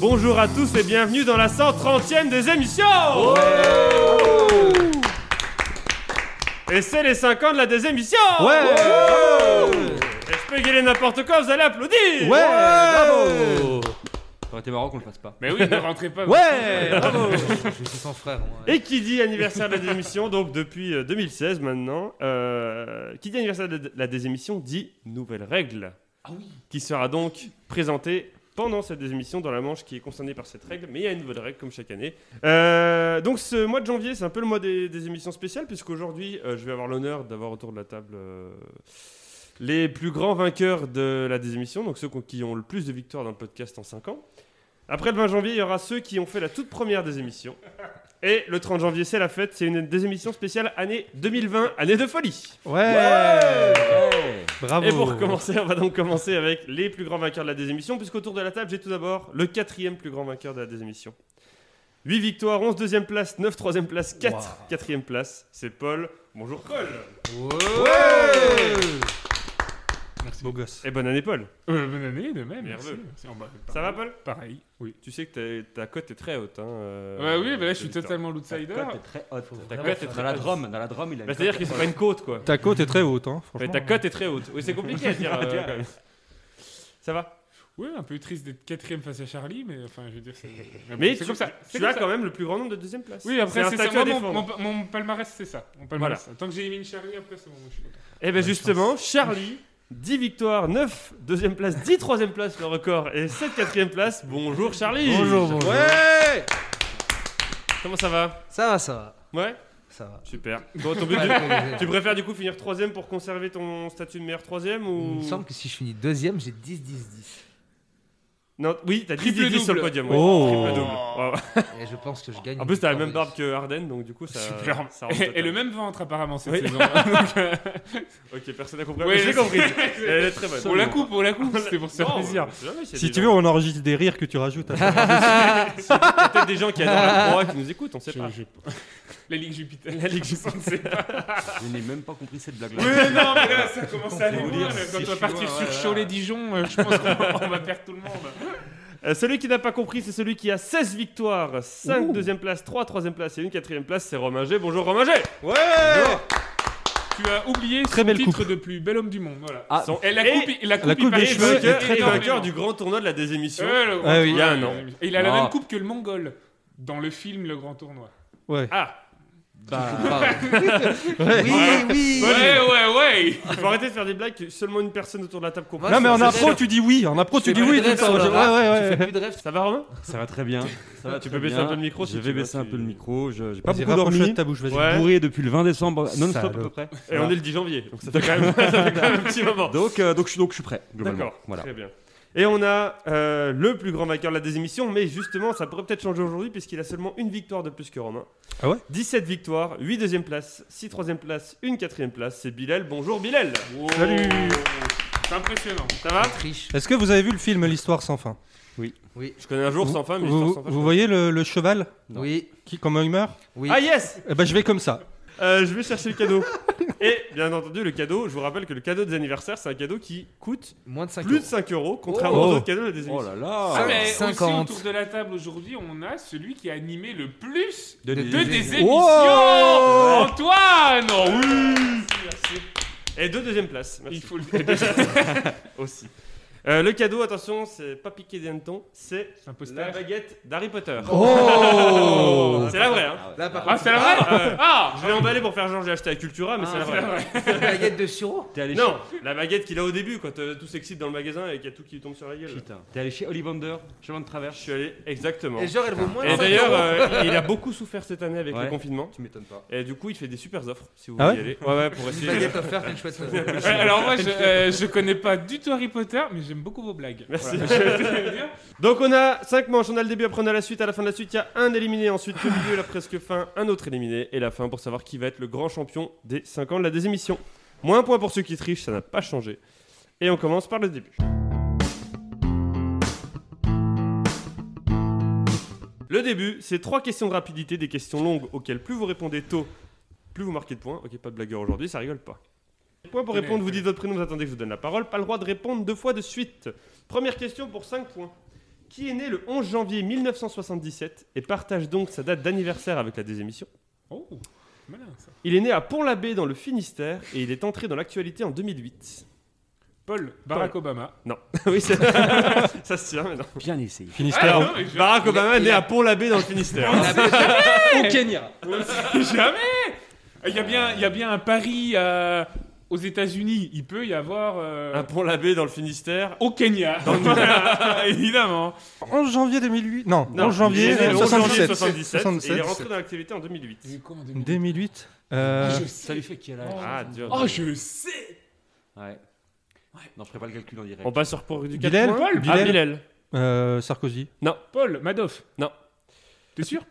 Bonjour à tous et bienvenue dans la 130e des émissions Et c'est les 5 ans de la des émissions Et je peux gueuler n'importe quoi, vous allez applaudir Ouais, bravo Ça aurait été marrant qu'on le fasse pas. Mais oui, ne rentrez pas Ouais, bravo Je suis sans frère. moi. Et qui dit anniversaire de la désémission, donc depuis euh, 2016 maintenant, euh, qui dit anniversaire de la désémission dit nouvelle règle. Qui sera donc présentée pendant cette désémission dans la manche qui est concernée par cette règle, mais il y a une nouvelle règle comme chaque année. Euh, donc ce mois de janvier, c'est un peu le mois des, des émissions spéciales, puisqu'aujourd'hui, euh, je vais avoir l'honneur d'avoir autour de la table euh, les plus grands vainqueurs de la désémission, donc ceux qui ont le plus de victoires dans le podcast en 5 ans. Après le 20 janvier, il y aura ceux qui ont fait la toute première des émissions. Et le 30 janvier, c'est la fête, c'est une des émissions spéciales année 2020, année de folie. Ouais Bravo Et pour commencer, on va donc commencer avec les plus grands vainqueurs de la désémission, puisqu'autour de la table, j'ai tout d'abord le quatrième plus grand vainqueur de la désémission. 8 victoires, 11 deuxième place, 9 troisième place, 4 quatrième place, c'est Paul. Bonjour Paul Ouais Merci. Beau gosse. Et bonne année Paul Euh, bonne année, de même. Merci. Merveilleux. merci. Oh, bah, Ça va pareil. Paul Pareil, oui. Tu sais que ta ta cote est très haute. Hein, euh, bah oui, bah là, je suis Victor. totalement Ta l'outsider. cote est très haute. Ta Ta cote est cote très Dans la haute. Drôme, dans la Drôme, il a. Bah, une C'est-à-dire cote que c'est pas folle. une côte quoi. Ta cote est très haute, hein, Mais franchement. ta cote est très haute. Oui, c'est compliqué à dire. euh, quand même. Ça va Oui, un peu triste d'être quatrième face à Charlie, mais enfin, je veux dire, c'est. Ah Mais c'est tu, comme ça. c'est tu comme as ça. quand même le plus grand nombre de deuxième place. Oui, après, c'est un ça. statut à Moi, mon, défendre. mon- mon palmarès, c'est ça. Mon palmarès. Tant que j'ai éliminé Charlie, après, c'est bon, je suis content. Eh bien justement, Charlie, 10 victoires, 9 deuxième place, 10 troisième place le record et 7 quatrième place. Bonjour Charlie Bonjour, bonjour. Ouais Comment ça va Ça va, ça va. Ouais Ça va. Super. Bon, ton but de- tu préfères du coup finir troisième pour conserver ton statut de meilleur troisième Il ou... me semble que si je finis deuxième, j'ai 10-10-10. Non, oui, t'as 10 Triple 10 sur le double. podium. ouais. Oh. Triple double. Ouais, ouais. Et je pense que je gagne. En plus, t'as la une même victoire barbe que Arden, donc du coup, ça... Super. ça rend Et, et total. le même ventre, apparemment, cette Oui. saison. Ok, personne n'a compris. Ouais, J'ai c'est- compris. Elle est très bonne. on la coupe, on la coupe, c'était pour se faire Non, plaisir. euh, jamais, s'il y a Si des tu gens- veux, on enregistre des rires que tu rajoutes à ça. Il y a peut-être des gens qui adorent la proie qui nous écoutent, on sait Je- pas. je- La Ligue Jupiter. La Ligue Je ne sais pas. Je n'ai même pas compris cette blague Oui, là. mais non, mais là, ça commence à aller comprends. loin. là. Quand C'est on va partir chinois, sur ouais, Cholet-Dijon, euh, je pense qu'on va- on va perdre tout le monde. Euh, celui qui n'a pas compris, c'est celui qui a 16 victoires, 5 deuxième place, 3 troisième place et une quatrième place, c'est Romain G. Bonjour Romain G Ouais Tu as oublié Très son belle titre de plus bel homme du monde. Voilà. Ah, Son- Et la et- coupe, il- la coupe, la il coupe des paraît et cheveux que c'est vainqueur, et énormément. vainqueur du grand tournoi de la désémission. Euh, le grand Ah Il oui. tournoi, y a un euh, an. Et il a la Non. même coupe que le Mongol dans le film Le Grand Tournoi. Ouais. Ah, Ouais. Oui, oui Ouais, ouais, ouais il faut arrêter de faire des blagues que seulement une personne autour de la table comprend. Ouais, Non, mais en c'est impro, vrai. tu dis oui. En impro, tu dis oui. tout le temps. Tu Ouais, ouais, fais ouais. plus de rêve. Ça va Romain Ça va très bien. Ça va Tu très peux baisser bien. un peu le micro si Je tu vais veux, baisser un tu- peu le micro. Je j'ai pas Vas-y, beaucoup rapproche-toi de dormi. ta bouche, vas-y. Ouais. Bourré depuis le 20 décembre non-stop à Salaud. peu près. Et Voilà. on est le 10 janvier, donc ça fait quand même, ça fait quand même un petit moment. Donc euh, donc je suis donc je suis prêt. globalement. D'accord, Voilà. très bien. Et on a euh, le plus grand vainqueur de la désémission, mais justement, ça pourrait peut-être changer aujourd'hui puisqu'il a seulement une victoire de plus que Romain. Ah ouais 17 victoires, 8 deuxième place, 6 troisième place, 1 quatrième place, c'est Bilal. Bonjour Bilal Salut. C'est impressionnant. Ça va Triche. Est-ce que vous avez vu le film L'Histoire sans fin Je connais un jour sans fin, mais Vous, l'histoire sans fin. vous voyez le, le cheval Non. Oui, qui, comment il meurt oui. Ah yes Eh ben, je vais comme ça. Euh, Je vais chercher le cadeau. Et bien entendu, le cadeau, je vous rappelle que le cadeau des anniversaires, c'est un cadeau qui coûte Moins de 5 plus de 5 euros, contrairement Oh. aux autres cadeaux de la Oh désémission. là Ah, là. mais aussi 50. autour de la table aujourd'hui, on a celui qui a animé le plus De- de, de- des de- émissions Oh Antoine Oui Merci, Et deux deuxième place. merci. Merci. Il faut le Aussi. Euh, le cadeau, attention, c'est pas piqué des hannetons, c'est la un poster. baguette d'Harry Potter. Oh c'est la vraie, hein Là, par Ah, c'est la vraie Ah, Ah Je l'ai emballé pour faire genre, j'ai acheté à Cultura, mais Ah, c'est la c'est vraie. contre la baguette de suro T'es allé Non, la baguette qu'il a au début, quand euh, tout s'excite dans le magasin et qu'il y a tout qui lui tombe sur la chez gueule. Putain. T'es allé chez Ollivander, chemin de Je traverse. suis allé, exactement. Et genre, elle vaut moins de Et 5 d'ailleurs, euros. euh, il a beaucoup souffert cette année avec Ouais. le confinement. Tu m'étonnes pas. Et du coup, il fait des super offres, si vous Ah voulez y aller. Ouais, ouais, pour Une essayer. baguette offerte, une chouette raison. Ouais, Alors moi, je, euh, je connais pas du tout Harry Potter, mais j'aime beaucoup vos blagues. Merci. Voilà, je vais te dire. Donc on a 5 manches, on a le début, après on a la suite, à la fin de la suite il y a un éliminé, ensuite le milieu, la presque fin, un autre éliminé, et la fin pour savoir qui va être le grand champion des 5 ans de la désémission. Moins un point pour ceux qui trichent, ça n'a pas changé. Et on commence par le début. Le début, c'est trois questions de rapidité, des questions longues auxquelles plus vous répondez tôt, plus vous marquez de points. Ok, pas de blagueur aujourd'hui, ça rigole pas. Point pour répondre, vous dites votre prénom, vous attendez que je vous donne la parole. Pas le droit de répondre deux fois de suite. Première question pour 5 points. qui est né le 11 janvier 1977 et partage donc sa date d'anniversaire avec la désémission. Oh, malin ça. Il est né à Pont-l'Abbé dans le Finistère et il est entré dans l'actualité en 2008. Paul, Barack Obama. oui, c'est- ça se tient. mais non. Bien essayé. Finistère. Ah, non, mais je- Barack Obama est il né a- à Pont-l'Abbé dans le Finistère. On avait- Au Kenya. Ah, Jamais Il y, a bien- il y a bien un pari euh, aux États-Unis. Il peut y avoir. euh, Hein. à Pont-l'Abbé dans le Finistère. Au Kenya. Voilà, évidemment. 11 janvier 2008. Non, Non, 11 janvier il est né le 11 janvier 77. 77, et il est 77. rentré dans l'activité en 2008. 2008. euh, Ça lui fait quel âge Ah, dur. Oh, je sais Ouais. Non, je ferai pas le calcul en direct. On passe sur pour du Bilal, quatre points. Bilal. Ah, Bilal. euh, Sarkozy. Paul, Madoff. Non. T'es sûr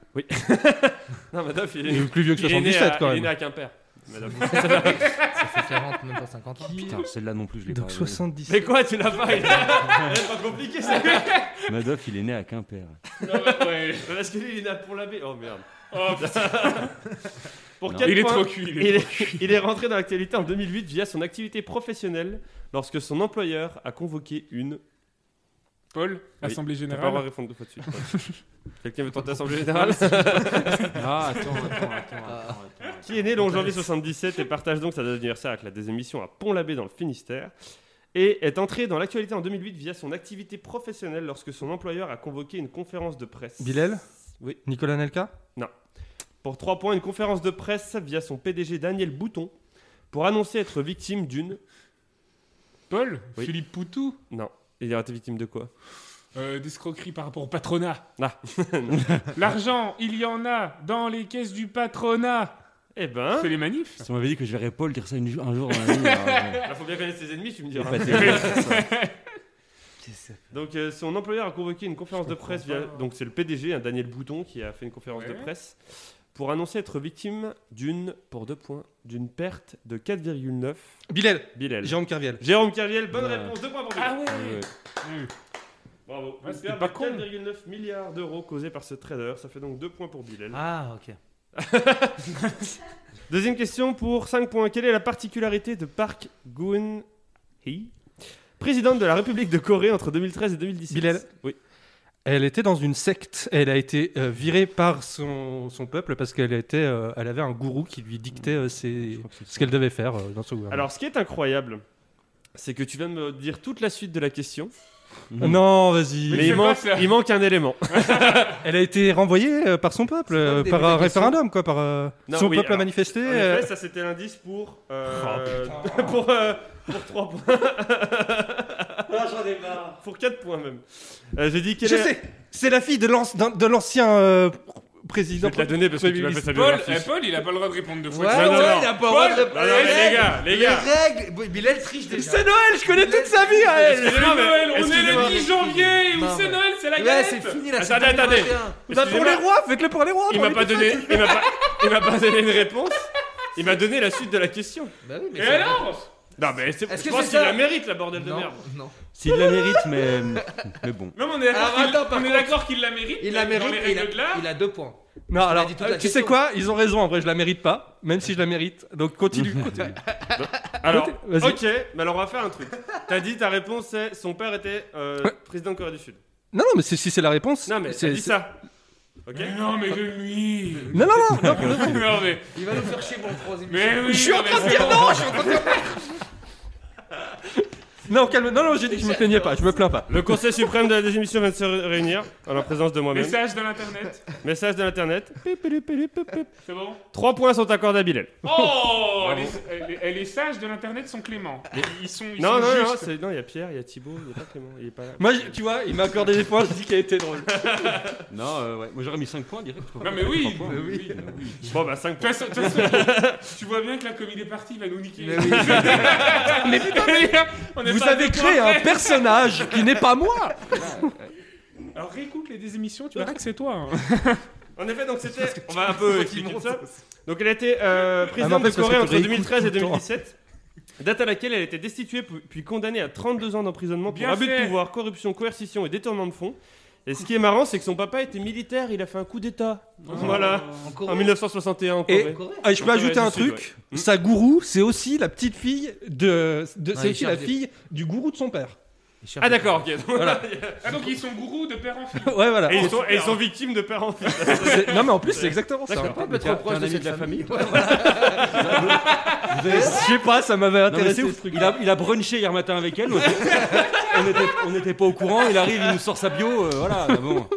Non, Madoff, il est, Il est plus vieux que il est né 77 à- Il quand est né même. à Quimper. Madoff. Ça fait 40, même pas 50 ans. Putain, celle-là non plus, je l'ai pas. Donc 77. Mais quoi, tu l'as pas il- C'est pas compliqué ça. Madoff, il est né à Quimper. Parce que lui, il est né à Pont-l'Abbé. Oh merde. Oh, Pour Non. quatre Il est points, trop cul. il est- Il est, il est rentré dans l'actualité en 2008 via son activité professionnelle lorsque son employeur a convoqué une. Paul, Assemblée T'as pas le droit Générale. de répondre deux fois de suite. quoi. Quelqu'un veut tenter l'Assemblée Générale Ah, attends, attends, attends. attends, Qui est né le 11 janvier 77 et partage donc sa date d'anniversaire avec la désémission à Pont-l'Abbé dans le Finistère et est entré dans l'actualité en 2008 via son activité professionnelle lorsque son employeur a convoqué une conférence de presse. Bilal Oui. Nicolas Nelka Pour 3 points, une conférence de presse via son PDG Daniel Bouton pour annoncer être victime d'une. Paul, Oui. Philippe Poutou. Non. Il a été victime de quoi Euh, d'escroquerie par rapport au patronat. Ah. L'argent, il y en a dans les caisses du patronat. Eh ben. C'est les manifs. Si on m'avait dit que je verrais Paul dire ça une ju- un jour dans la vie, alors, ouais. Il bah, faut bien connaître ses ennemis, tu me C'est diras. pas terrible, ça. Donc euh, son employeur a convoqué une conférence de presse via pas. donc c'est le PDG hein, Daniel Bouton qui a fait une conférence de Ouais. presse pour annoncer être victime d'une pour deux points d'une perte de 4,9 Bilal Bilal. Jérôme Kerviel. Jérôme Carviel, bonne Ouais. réponse, deux points pour Bilal. Ah ouais. Ouais. Mmh. Bravo. Ouais, Une c'était perte pas de con. 4,9 milliards d'euros causée par ce trader, ça fait donc deux points pour Bilal. Ah, ok. Deuxième question pour 5 points. Quelle est la particularité de Park Geun-hye, présidente de la République de Corée entre 2013 et 2017 Bilal. Oui. Elle était dans une secte. Elle a été euh, virée par son, son peuple parce qu'elle était, euh, elle avait un gourou qui lui dictait euh, ses- Oh, ce qu'elle devait faire euh, dans ce gouvernement. Alors, ce qui est incroyable, c'est que tu viens de me dire toute la suite de la question, Euh, Non, vas-y. mais c'est il manque, pas ça. il manque un élément. Elle a été renvoyée euh, par son peuple, pas le euh, début par de la un question. référendum, quoi. Par, euh, Non, son oui, peuple a alors, manifesté. En euh, Oh, effet, ça c'était l'indice pour. euh, pour, euh, pour 3 points. Ah, Pour 4 points même. Euh, J'ai dit quelle je est- sais, c'est la fille de l'anc- d'un- de l'ancien euh, Je président. vais te la donner parce que tu m'as fait sa Paul, biographie. eh, Paul, il a pas le droit de répondre deux Ouais, fois. ouais, non, non. il a pas le droit de Paul, le Non, non, mais les gars, les Les gars. règles Bon, Bilal triche déjà. C'est Noël, je connais toute sa vie à elle. C'est Non, mais Noël, on est excusez-moi. le 10 janvier, où Non, c'est mais- Noël, c'est la Ouais, galette. c'est fini là. Attendez, attendez. Bah, pour les Excusez-moi, rois, faites-le pour les rois. Il pour m'a les pas petits. donné, il m'a pas, il m'a pas donné une réponse. Il m'a donné la suite de la question. Bah oui, mais. Et c'est- alors Non mais c'est- Est-ce je que pense c'est qu'il ça la mérite la bordel de Non, merde. non. S'il la mérite, mais, mais bon. Non, mais on est d'accord Alors, qu'il- attends, par on est d'accord qu'il la mérite. Il la mais dans mérite, les et il a, règles de l'art. il a deux points. Non, alors, dit toute euh, la tu sais question. quoi Ils ont raison, en vrai, je la mérite pas, même si je la mérite. Donc continue. continue. Alors, Vas-y. ok, mais alors on va faire un truc. T'as dit ta réponse c'est son père était euh, Ouais. président de Corée du Sud. Non, non, mais c'est- si c'est la réponse. Non mais t'as c'est dit ça. Ok. Mais non, mais je lui. c'est- Non, non, non, non. non, mais. Il va nous faire chier pour le troisième. Mais oui, Je suis en non, mais train de dire non, je suis en train de dire non. calme. Non, non, j'ai dit que je me plaignais pas, je me plains pas. Le Conseil suprême de la désémission vient de se ré- réunir en la présence de moi-même. Message de l'internet. Message de l'internet. C'est bon Trois points sont accordés à Bilal. Oh les, les- les sages de l'internet sont cléments. Ils sont, ils Non sont non non, justes. c'est- non, il y a Pierre, il y a Thibaut, il y a pas Clément, il est pas là. Moi, je- tu vois, il m'a accordé des points, je dis qu'elle était drôle. Non, euh, ouais. Moi, j'aurais mis 5 points direct. Non, mais oui, Trois points. mais oui, mais oui. Bon bah 5 De points. toute façon- de toute façon, tu vois bien que la comédie est partie, il va nous niquer. Mais oui. On est Vous pas à avez deux créé points un près. personnage qui n'est pas moi. Alors réécoute les des émissions, tu verras que c'est toi. hein. En effet donc c'était. On va un peu expliquer tout ça. Donc elle a été euh, présidente Ah, mais en fait, de Corée parce entre que tu réécoutes 2013 et tout le temps. 2017. Date à laquelle elle a été destituée puis- puis condamnée à 32 ans d'emprisonnement pour Bien abus de fait. pouvoir, corruption, coercition et détournement de fonds. Et ce qui est marrant, c'est que son papa était militaire, il a fait un coup d'État. Oh. Voilà, Encore en 1961 en Et- Corée. Ah, je peux Ouais, ajouter un du sud, truc. Sa gourou, c'est aussi la petite fille de, de- Ouais, c'est il aussi cherche la des- fille du gourou de son père. Je suis Ah d'accord, ok. Voilà. Ah, donc ils sont gourous de père en fils. Ouais, voilà. Et ils sont, et ils sont victimes de parents. C'est- Non, mais en plus, c'est exactement ça. D'accord. hein. un peu T'es trop un proche de ami cette de la famille. Je sais pas, ça m'avait Non, mais intéressé. c'est ouf. Il a, il a brunché hier matin avec elle. On était- on était- on n'était pas au courant. Il arrive, il nous sort sa bio. euh, voilà, bah bon.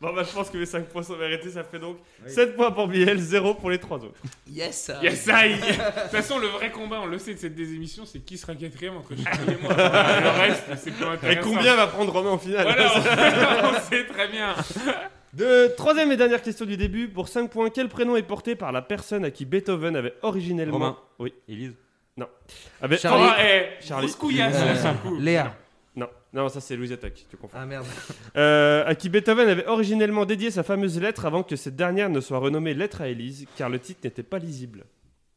Bon bah je pense que mes 5 points sont mérités, ça fait donc 7 points pour Biel, 0 pour les 3 autres. Yes. euh, Yes, aïe. De toute façon, le vrai combat, on le sait de cette désémission, c'est qui sera quatrième entre Charlie et moi. Le reste, c'est pas Et intéressant. combien va prendre Romain en finale Voilà, on- on sait très bien. De troisième et dernière question du début, pour 5 points, quel prénom est porté par la personne à qui Beethoven avait originellement... Romain. Oui. Élise. Ah, ben- Charlie. Oh, eh, Charlie. grosse couillasse, Euh, là, sur le coup. Léa. Non, non, ça c'est Louis Attaque, tu confonds. Ah merde. Euh, à qui Beethoven avait originellement dédié sa fameuse lettre avant que cette dernière ne soit renommée Lettre à Élise, car le titre n'était pas lisible.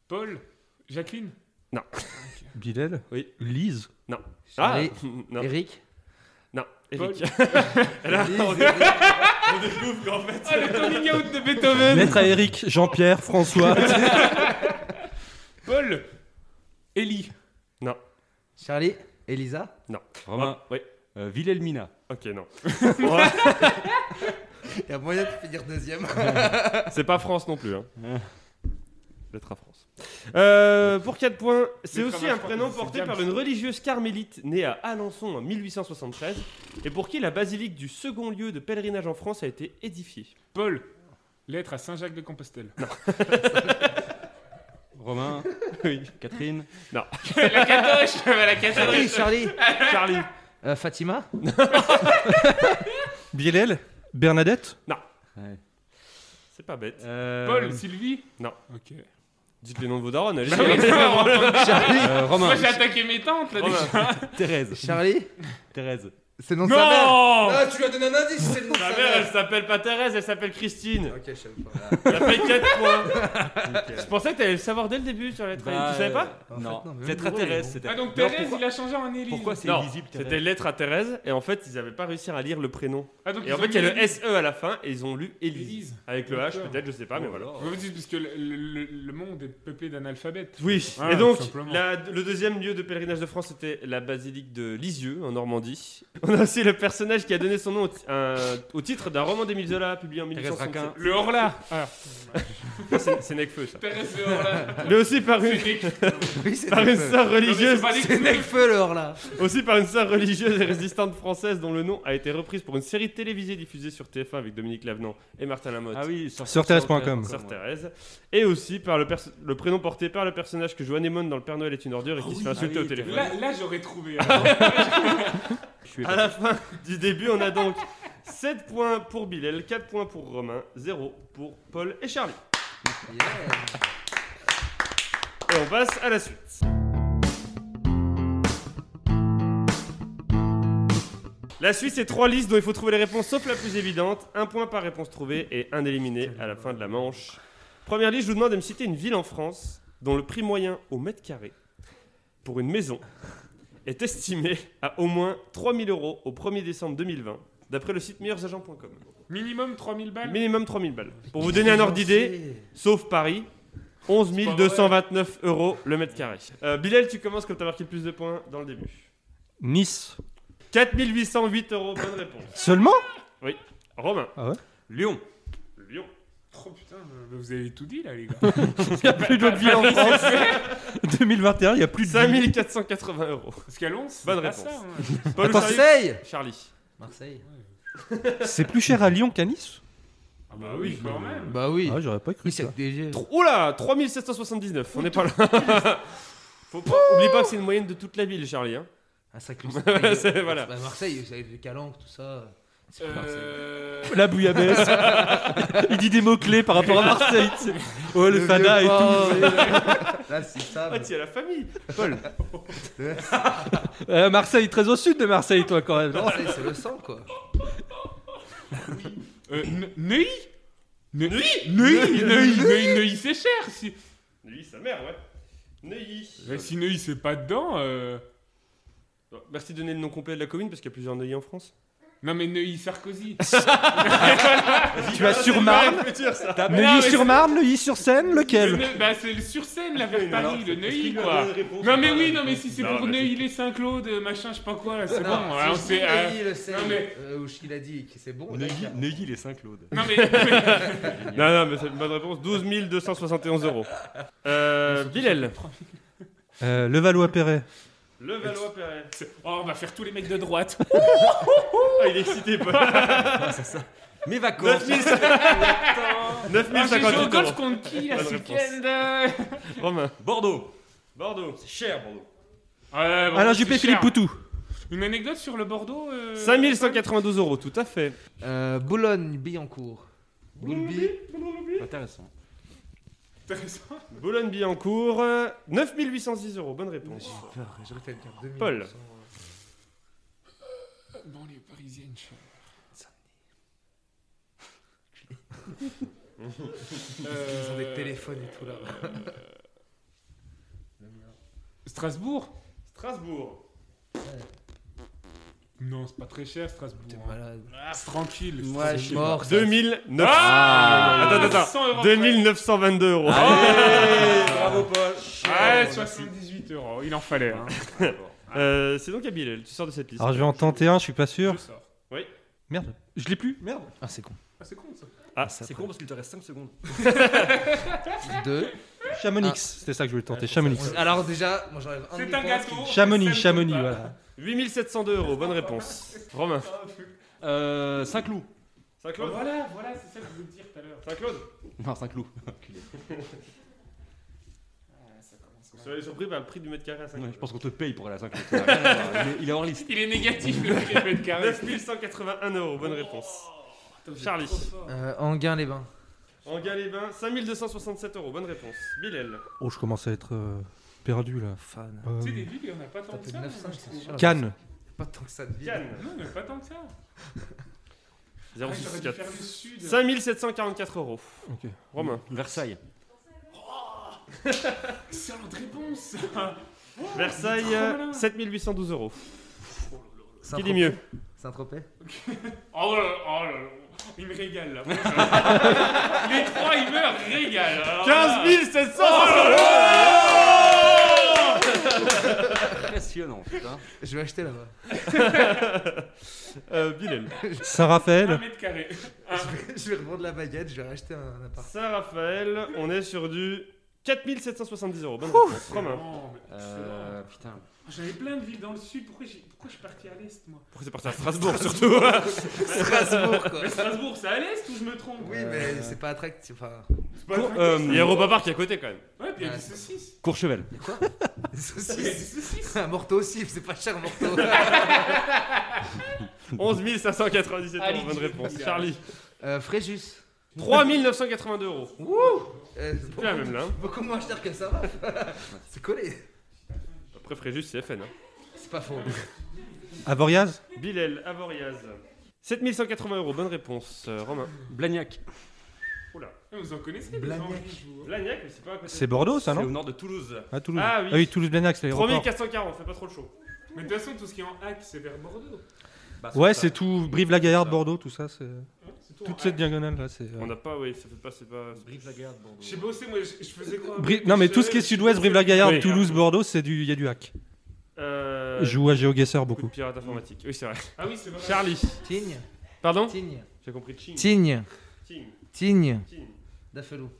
Paul Jacqueline Bilal Oui. Lise Charlie. Ah Non, Eric. non, Paul. Eric. Lise, on- Eric. On découvre qu'en fait... Ah, le coming out de Beethoven Lettre à Eric, Jean-Pierre, François. Paul Ellie Charlie. Elisa. Romain. Oui, Euh, Wilhelmina. ok, non. On va- Il y a moyen de finir deuxième. C'est pas France non plus. Hein. Ouais. Lettre à France. Euh, pour 4 points, c'est Mais aussi quand même, un prénom c'est porté James. par une religieuse carmélite née à Alençon en 1873 et pour qui la basilique du second lieu de pèlerinage en France a été édifiée. Paul Lettre à Saint-Jacques de Compostelle. Romain. Oui. Catherine. la cadoche La Charlie. cadoche Charlie. Charlie. Euh, Fatima. Bilal Bernadette C'est pas bête. Euh, Paul Sylvie non. Ok. Dites les noms de vos darons, allez. Bah oui, c'est vrai, on entend- Charlie. euh, Moi Romain. j'ai attaqué mes tantes là Romain. déjà. Thérèse. Charlie. Thérèse. C'est le nom de sa mère. Non tu lui as donné un indice. C'est le nom de Sa mère, elle s'appelle pas Thérèse, elle s'appelle Christine. Ok, je savais pas. Ça fait 4 points. Je pensais que t'allais le savoir dès le début sur la lettre. Bah, tu savais pas En euh, fait, Non. non, mais Lettre oui, à oui, Thérèse. bon. c'était- Ah donc Non, Thérèse pourquoi- il a changé en Élise. Pourquoi c'est Non, illisible c'était lettre à Thérèse et en fait ils avaient pas réussi à lire le prénom. Ah donc Et en fait il y a le SE à la fin et ils ont lu Élise. Élise. Avec le H D'accord. peut-être, je sais pas, mais voilà. Je vous dis parce que le, le- le monde est peuplé d'analphabètes. Oui, Ah, et donc tout simplement. la- le deuxième lieu de pèlerinage de France c'était la basilique de Lisieux en Normandie. On a aussi le personnage qui a donné son nom au, ti- un- au titre d'un roman d'Émile Zola publié en Thérèse 1867. Raquin. Le Horla Ah, C'est- C'est Necfeu ça. Thérèse le Horla Mais aussi par une, C'est des- Oui, c'est par une Necfeu. sœur religieuse, Non, mais c'est pas C'est Necfeu, le hors là. aussi par une sœur religieuse et résistante française dont le nom a été reprise pour une série télévisée diffusée sur TF1 avec Dominique Lavenant et Martin Lamotte. Ah oui, sur, Sur Thérèse.com. Sœur Thérèse, et aussi par le, perso- le prénom porté par le personnage que joue Anémone dans Le Père Noël est une ordure et qui se fait insulter Ah oui, au téléphone. Là, là, j'aurais trouvé. hein. alors. Je suis Ah. À la fin du début, on a donc 7 points pour Bilal, 4 points pour Romain, 0 pour Paul et Charlie. Et on passe à la suite. La suite, c'est trois listes dont il faut trouver les réponses, sauf la plus évidente. Un point par réponse trouvée et un éliminé à la fin de la manche. Première liste, je vous demande de me citer une ville en France dont le prix moyen au mètre carré pour une maison est estimé à au moins 3000 euros au 1er décembre 2020, d'après le site meilleursagents.com. Minimum 3000 balles. Minimum 3000 balles. Pour vous donner un ordre d'idée, sauf Paris, 11 229 euros le mètre carré. Euh, Bilal, tu commences comme t'as marqué le plus de points dans le début. Nice. 4808 euros, bonne réponse. Seulement Romain, Lyon. Lyon. Oh putain, mais vous avez tout dit là, les gars. Il n'y a plus d'autres villes en France. 2021, il n'y a plus de villes. 5480 euros. Parce qu'à Lons, c'est Bonne pas réponse. ça, hein. Paul ou Charlie Marseille. Charlie. Marseille. C'est plus cher à Lyon qu'à Nice Ah bah oui, quand même. Bah oui. Ah, j'aurais pas cru Oui, ça. c'est des Tro- Oula, 3779, on n'est pas là. Faut pas, oublie pas que c'est une moyenne de toute la ville, Charlie. Hein. Un sacré. C'est- voilà. Bah, Marseille, c'est des calanques, tout ça. C'est pas Marseille. Euh... La bouillabaisse. il dit des mots-clés par rapport à Marseille. tu sais. Ouais, le, fada et tout. tout. Là, c'est ça. Ah, t'y as la famille. Euh, Marseille, très au sud de Marseille, toi, quand même. Marseille, c'est le sang, quoi. Euh, Ne- Neuilly Ne- Neuilly Neuilly Neuilly Neuilly, Neuilly, c'est cher si... Neuilly, sa mère, ouais. Neuilly. Bah, si Neuilly, c'est pas dedans... euh, Bon, Merci de donner le nom complet de la commune parce qu'il y a plusieurs Neuilly en France. Non, mais Neuilly-Sarkozy. Tu vas sur Marne, Neuilly-sur-Marne, Neuilly-sur-Seine, Le lequel Neu- Bah, c'est le sur scène, là, vers Paris, le Neuilly, lui a quoi. donné une réponse Non, mais oui, non, mais si c'est Non, pour bah, Neuilly les Saint-Claude, euh, machin, je sais pas quoi, là, c'est bon. Non, ouais, on si sait, Gilles euh, a dit le sel, non, mais- euh, ou Gilles a dit que c'est bon. Neuilly, d'accord. Neuilly les Saint-Claude. Non, mais. Non, non, mais c'est une bonne réponse. 12 271 euros. Euh, Bilal. Euh, Le Valois-Perret. Le Valois-Perret. Oh, on va faire tous les mecs de droite. Ah, il est excité, pas. Mes vacances. 9 J'ai joué 058 au golf euros. contre qui, là, Bonne ce réponse. week-end euh Romain. Bordeaux. Bordeaux. C'est cher, Bordeaux. Ouais, bon, Alain c'est Juppé-Philippe cher. Poutou. Une anecdote sur le Bordeaux euh, 5192 euros, tout à fait. Euh, Boulogne-Billancourt. Boulby. Intéressant. Intéressant. Boulogne-Billancourt, euh, 9810 euros, bonne réponse. J'aurais fait le dire 2000%. Paul. Bon, les parisiennes, je- Ils ont des Euh, téléphones et tout là. Strasbourg Strasbourg. Non, c'est pas très cher, Strasbourg. T'es hein. malade. Ah, Tranquille. Moi, je suis mort. ça. 2009. Ah attends, attends, 100 euros attends. près. 2922 euros. Bravo, Paul. Ouais, 78 euros, il en fallait. Hein. Euh, c'est donc à Bilal, tu sors de cette liste. Alors je vais en tenter un, je suis pas sûr. Je sors. Merde, je l'ai plus. Merde. Ah, c'est con. Ah, c'est con ça. Ah, C'est con parce qu'il te reste 5 secondes. Deux. Chamonix, Ah. c'était ça que je voulais tenter, Chamonix. Alors déjà, moi j'enlève un. C'est demi-point, un gâteau. Chamonix, ça ne Chamonix, compte pas. voilà. 8702 euros, bonne réponse. Romain. Ah, Euh, Saint-Cloud. Bah, Saint-Claude Voilà, voilà, c'est ça que je voulais te dire tout à l'heure. Saint-Claude Non, Saint-Cloud. Ah, ça commence Je suis surpris par bah, le prix du mètre carré à Saint-Claude. je pense qu'on te paye pour aller à Saint-Cloud. Il est- Il est hors liste. Il est négatif le prix des mètres Ah, carrés. 9181 euros, bonne réponse. Oh, Charlie. Euh, Enghien-les-Bains. En Galébin, 5267 euros, bonne réponse. Bilal. Oh, je commence à être euh, perdu là. Fan. Euh, Tu sais, des villes, il n'y en a pas T'as tant que fait ça. 900, hein. c'est sûr. Cannes, Pas tant que ça de vie. Cannes, Non, mais pas tant que ça. Ah, J'aurais dû 064. faire le sud. 5744 euros. Ok. Romain. Versailles. Excellente réponse. Versailles, euh, trop malin. 7812 euros. Qui dit Saint-Tropez. mieux Saint-Tropez. Oh là là, oh là là. Il me régale là. Les trois, ils meurent, régale. Alors là, 15 700 euros Impressionnant, putain. Je vais acheter là-bas. Euh, Bilal. Un Saint-Raphaël, mètre carré. je vais revendre la baguette, je vais racheter un, un appart. Saint-Raphaël, on est sur du 4770 euros. Bonne réponse. Romain. Non, Oh, mais excellent. Euh, putain. J'avais plein de villes dans le sud. Pourquoi, j'ai- pourquoi je suis parti à l'est, moi Pourquoi c'est parti à Strasbourg surtout hein Strasbourg quoi. Mais Strasbourg, c'est à l'est ou je me trompe Euh, Oui, mais c'est pas attractif. Enfin, C'est pas Pour- attractif, euh, ça. Il y a Europa Park qui est à côté quand même. Ouais, puis il y a Ouais, des c'est- saucisses. Courchevel. les Il y a des saucisses. saucisses. Un morteau aussi, c'est pas cher, un morteau. 11 597 Allez, euros. Bonne tu- réponse. tu- Charlie. Euh, Fréjus. 3 982 euros. Euh, c'est C'est la même beaucoup, là. hein. beaucoup moins cher que ça va. c'est collé. Après Fréjus, c'est FN. hein. C'est pas faux. Avoriaz, Bilal, Avoriaz. 7180 euros. Bonne réponse. Euh, Romain. Blagnac. Oula. Eh, Vous en connaissez des Blagnac. gens qui jouent, hein Blagnac, mais c'est pas à côté. c'est Bordeaux ça, C'est au non nord de Toulouse. Ah, Toulouse. Ah oui. Toulouse-Blagnac, c'est l'aéroport. 3440, fait pas trop le chaud. Mais de toute façon, tout ce qui est en hack, c'est vers Bordeaux. Bah, Ouais, ça. c'est tout, Brive-la-Gaillarde, Bordeaux, tout ça, c'est... Hein, c'est tout en Toute hack. cette diagonale là, c'est... euh, On n'a pas, oui, ça fait pas, c'est pas. Brive-la-Gaillarde, Bordeaux. J'ai bossé, moi, je, je faisais quoi euh, Bri- Non mais tout ce qui est sud-ouest, Brive-la-Gaillarde, Oui. Toulouse, Bordeaux, c'est du, il y a du hack. Euh, Je joue à GeoGuessr coup beaucoup. de pirate informatique. Oui, c'est vrai. Ah oui, c'est vrai. Charlie. Tigne. Pardon Tigne. J'ai compris. Ching. Tigne. Ching. Tigne. Ching. Daffelou.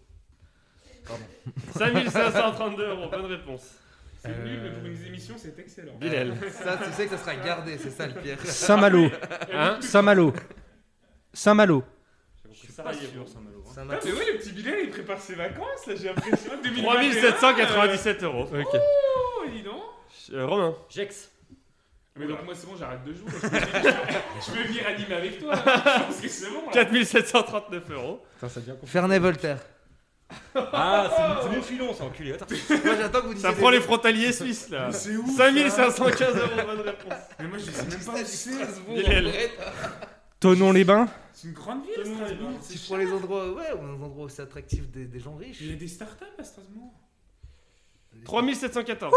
5532 euros, bonne réponse. C'est nul, mais pour Euh, une émission, c'est excellent. Bilal. Euh, Ça, tu sais que ça sera gardé, c'est ça le pire. Saint-Malo, Hein Saint-Malo, Saint-Malo, J'ai compris sûr, Sarajevo. Saint-Malo. hein. Ça Ah, m'a- mais ouais, le petit Bilal, il prépare ses vacances, là, j'ai l'impression. 3797 euros. Ok. Oh, dis donc. Euh, Romain. Gex. Mais donc, moi, c'est bon, j'arrête de jouer. Je peux venir- je peux venir animer avec toi. hein. Je pense que c'est bon. hein. Là. 4739 euros. Putain, ça devient Ferney-Voltaire. Ah, c'est mon- c'est mon filon, ça, enculé. Attends. Moi, j'attends que vous disiez. Ça prend les frontaliers suisses là. C'est ouf. hein. 5515 euros, bonne réponse. Mais moi, je sais même pas où c'est. Bilal. Tonon-les-Bains, C'est une grande ville, Strasbourg. Si je prends les endroits, ouais, on a des endroits aussi attractifs des, des gens riches. Il y a des startups à Strasbourg. 3714.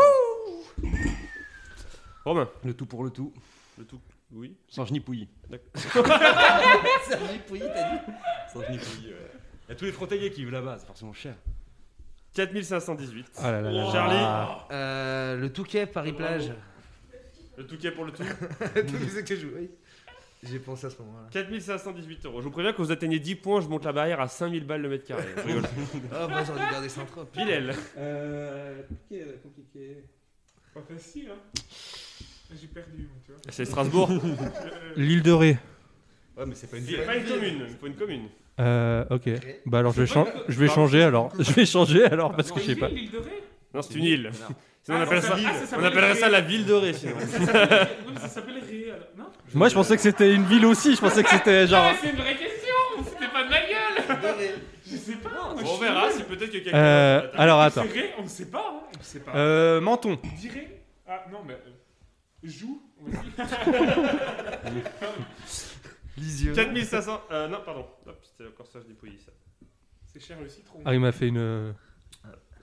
Romain. Le tout pour le tout. Le tout. Oui. Sans genipouille. C'est un épouillé, t'as dit Sans genipouille, ouais. Il y a tous les frontaliers qui vivent là-bas, c'est forcément cher. 4518. Ah là là là là. Charlie. Euh, Le Touquet, Paris-Plage. Le touquet pour le tout. Tout le que je oui. J'ai pensé à ce moment-là. 4518 euros. Je vous préviens que vous atteignez 10 points, je monte la barrière à 5000 balles le mètre carré. Je rigole. Ah, bah j'aurais dû garder Saint-Trope. Bilal. Euh, compliqué, compliqué. Pas facile, hein. J'ai perdu, tu vois. C'est Strasbourg. L'île de Ré. Ouais, mais c'est pas une C'est pas une commune. Il faut une commune. Euh, ok. Bah alors je vais, chan- je vais changer alors. Je vais changer alors parce que je sais pas. L'île de Ré Non, c'est une île. Sinon, on Ah, appellerait ça ça, s'appelle- ah, ça on s'appelle appellerait Ré. ça la ville de Ré, sinon. Oui, mais ça s'appelle Ré, alors. Non Moi je pensais que c'était une ville aussi. Je pensais que c'était genre. hein. Ah, c'est une vraie question C'était pas de ma gueule Je sais pas moi, je Bon, on suis verra nul. si ah, peut-être que quelqu'un. Euh, alors C'est attends. Ré, on ne sait pas, hein. On sait pas. Euh, Menton. On dirait. Ah, non, mais. euh, Joue, on dit. 4500. Euh, non, pardon. Hop, c'était encore ça, je dépouillais ça. C'est cher le citron. Ah il m'a fait une.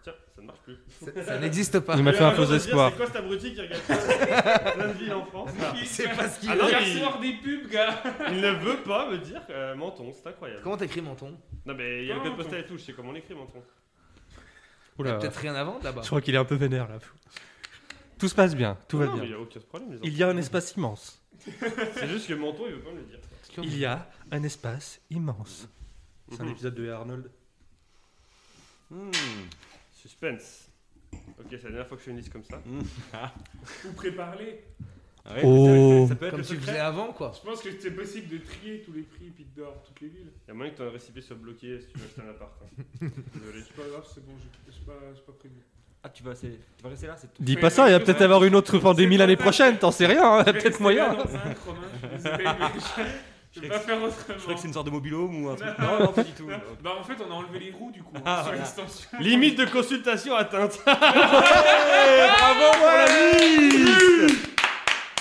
Tiens, ça ne marche plus. Ça ça n'existe pas. Il m'a fait un Alors, faux je veux dire, espoir. C'est quoi cet abruti qui regarde ça plein de villes en France là C'est pas ce qu'il Ah Il non, va il- recevoir des pubs, gars Il ne veut pas me dire euh, menton, c'est incroyable. Comment t'écris Menton Non, mais il y a le code Menton. postal et tout, je sais comment on écrit menton. Il y a Oula. peut-être rien à vendre là-bas. Je crois qu'il est un peu vénère là. Tout se passe bien. Tout va Non, mais Il n'y bien. a aucun problème, les enfants. Il y a un espace immense. C'est juste que menton, il veut pas me le dire. Il y a un espace immense. C'est un Mhm. épisode de Arnold. Hmm. Suspense. Ok, c'est la dernière fois que je fais une liste comme ça. Ou prépare-les. Oh. Ah Ça peut être Comme le tu le secret. faisais avant, quoi. Je pense que c'est possible de trier tous les prix puis de dehors toutes les villes. Il y a moyen que ton récipient soit bloqué si tu veux acheter un appart. hein. Désolé. C'est pas grave, c'est bon, je suis pas, j'ai pas prévu. Ah, tu vas, c'est- tu vas rester là, c'est tout. Dis pas ça, il va peut-être avoir une autre pandémie l'année prochaine, t'en sais rien, hein, Je vais peut-être rester moyen. là dans un, Romain, je suis désolé, mais je- Je vais Je pas crois faire Je crois que autrement. c'est une sorte de mobilhome ou un truc. Non. Non, non, pas du tout. hein. Bah, en fait, on a enlevé les roues du coup. hein, Ah, sur voilà. l'extension. Limite de consultation atteinte. bravo pour la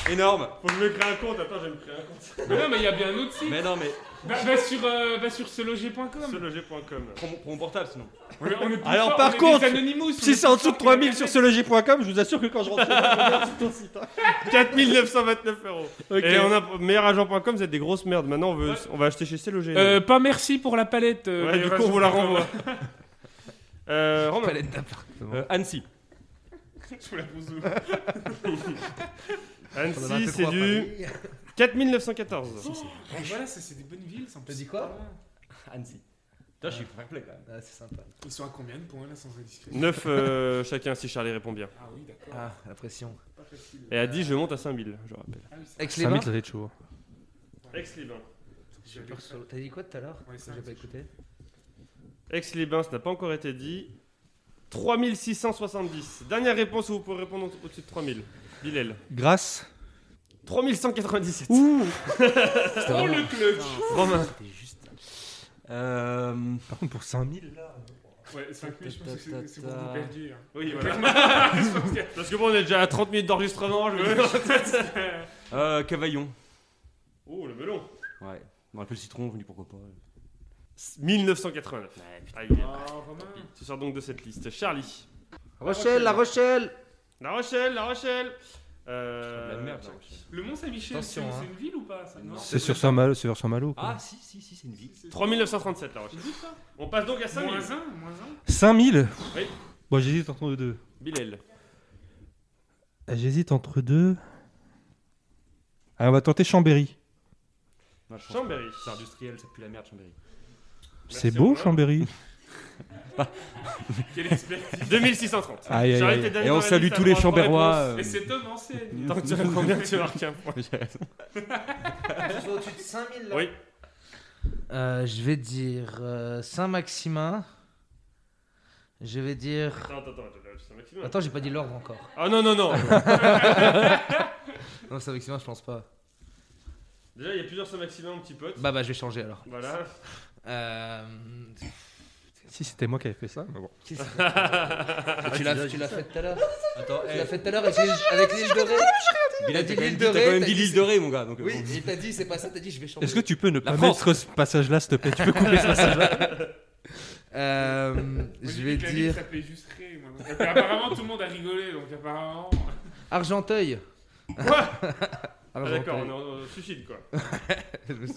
Énorme. Faut que je me crée un compte. Attends, je vais me créer un compte. Mais non, mais il y a bien un autre site. Mais non, mais Va, va sur, euh, va sur seloger.com. Seloger.com. prends mon, prends mon portable sinon. On est- on est plus Alors, fort, par on est contre, des Anonymous, on Si est c'est en plus dessous de fort 3000 que sur les seloger.com, je vous assure que quand je rentre, je regarde sur ton site. hein. 4929 euros. Ok. Et on a meilleuragent.com, vous êtes des grosses merdes. Maintenant, on, veut, Ouais. on va acheter chez Seloger. Euh, pas merci pour la palette. euh, Ouais, mais du vas- coup, on vous la renvoie. euh, Romain. Palette d'appart. Euh, Annecy. Sous la bouse. On en a fait Annecy, trois c'est à du Paris. 4914. Et voilà, ça c'est des bonnes villes. ça, en plus, Ah, dis c'est quoi pas mal. Annecy. Putain, je suis fair play quand même. Ah, c'est sympa. Ils sont à combien de points là sans indiscrétion 9 euh, chacun si Charlie répond bien. Ah oui, d'accord. Ah, la pression. Pas facile. Et à 10, je monte à 5000, je rappelle. Ah oui, ça- Avec les 5000, bains ça va être chaud. hein. Ex-Libin. j'ai Peur peur sur- T'as dit quoi tout à l'heure Ouais, ça, J'ai pas c'est écouté. Ex-Libin, ça n'a pas encore été dit. 3670. Dernière réponse où vous pouvez répondre au- au-dessus de 3000. Bilal. Grâce. 3197. Ouh Oh, C'était vraiment- le club Romain. C'était juste. Euh. Par contre, pour 5000 là. Ouais, 5 000, je pense que c'est- c'est pour Ta-ta-ta-ta. vous perdu. hein. Oui, voilà. Parce que bon, on est déjà à 30 minutes d'enregistrement. Je veux... Euh, Cavaillon. Oh, le melon. Ouais. Bon, un peu le citron, venu pourquoi pas. 1989. Ouais, Aïe. Oh, Romain. Tu sors donc de cette liste. Charlie. Rochelle, la Rochelle La Rochelle, La Rochelle. Euh, De la merde, La Jack. Rochelle. Le Mont Saint-Michel, c'est Attention, c'est hein. une ville ou pas ça Non. C'est sur Saint-Malo, c'est vers Saint-Malo. quoi. Ah, si, si, si, c'est une ville. C'est- 3937, La C'est Rochelle. une ville, ça On passe donc à 5000. Moins 1, moins 1. 5000 Oui. Bon, j'hésite entre deux. Bilal. Ah, J'hésite entre deux. Ah, on va tenter Chambéry. Non, je pense pas. Chambéry. C'est industriel, ça pue la merde, Chambéry. Merci, C'est beau, Romain. Chambéry. Quelle expertise. 2630. Aïe, aïe, Charlie, aïe. t'es dernier Et dans on la salue liste tous à les trois- trois Chambérois. réponses. euh, Et cet homme enseigne. Tant que tu réponds bien, tu marques un point. Ils sont au-dessus de 5000 Oui. Euh, je vais dire euh, Saint-Maximin. Je vais dire. Attends, attends, attends, attends, c'est un maximum. Attends, j'ai pas dit l'ordre encore. Ah non, non, non. Non, Saint-Maximin, je pense pas. Déjà, il y a plusieurs maximum, petit pote. Bah, bah, je vais changer alors. Voilà. Euh, Si c'était moi qui avais fait ça. mais bon. qu'est-ce que- Ah, tu l'as, tu l'as fait tout à l'heure Attends, Tu eh, l'as fait tout à l'heure avec l'île- avec l'île de Ré Bilal, t'as t'as dit quand même l'île dit- de t'as Ré, quand même t'as dit dit- l'île de Ré, mon gars. Donc, euh, Oui, bon. et t'as dit, c'est pas ça, t'as dit, je vais changer. Est-ce que tu peux ne pas France. mettre ce passage-là, s'il te plaît Tu peux couper ce passage Euh, Moi, je j'ai vais dit que la ville dire s'appelait juste Ré, moi. Donc, apparemment, tout le monde a rigolé, donc apparemment. Argenteuil. Ah, non, D'accord, on j'entends. est en- en suicide quoi. Je me suis-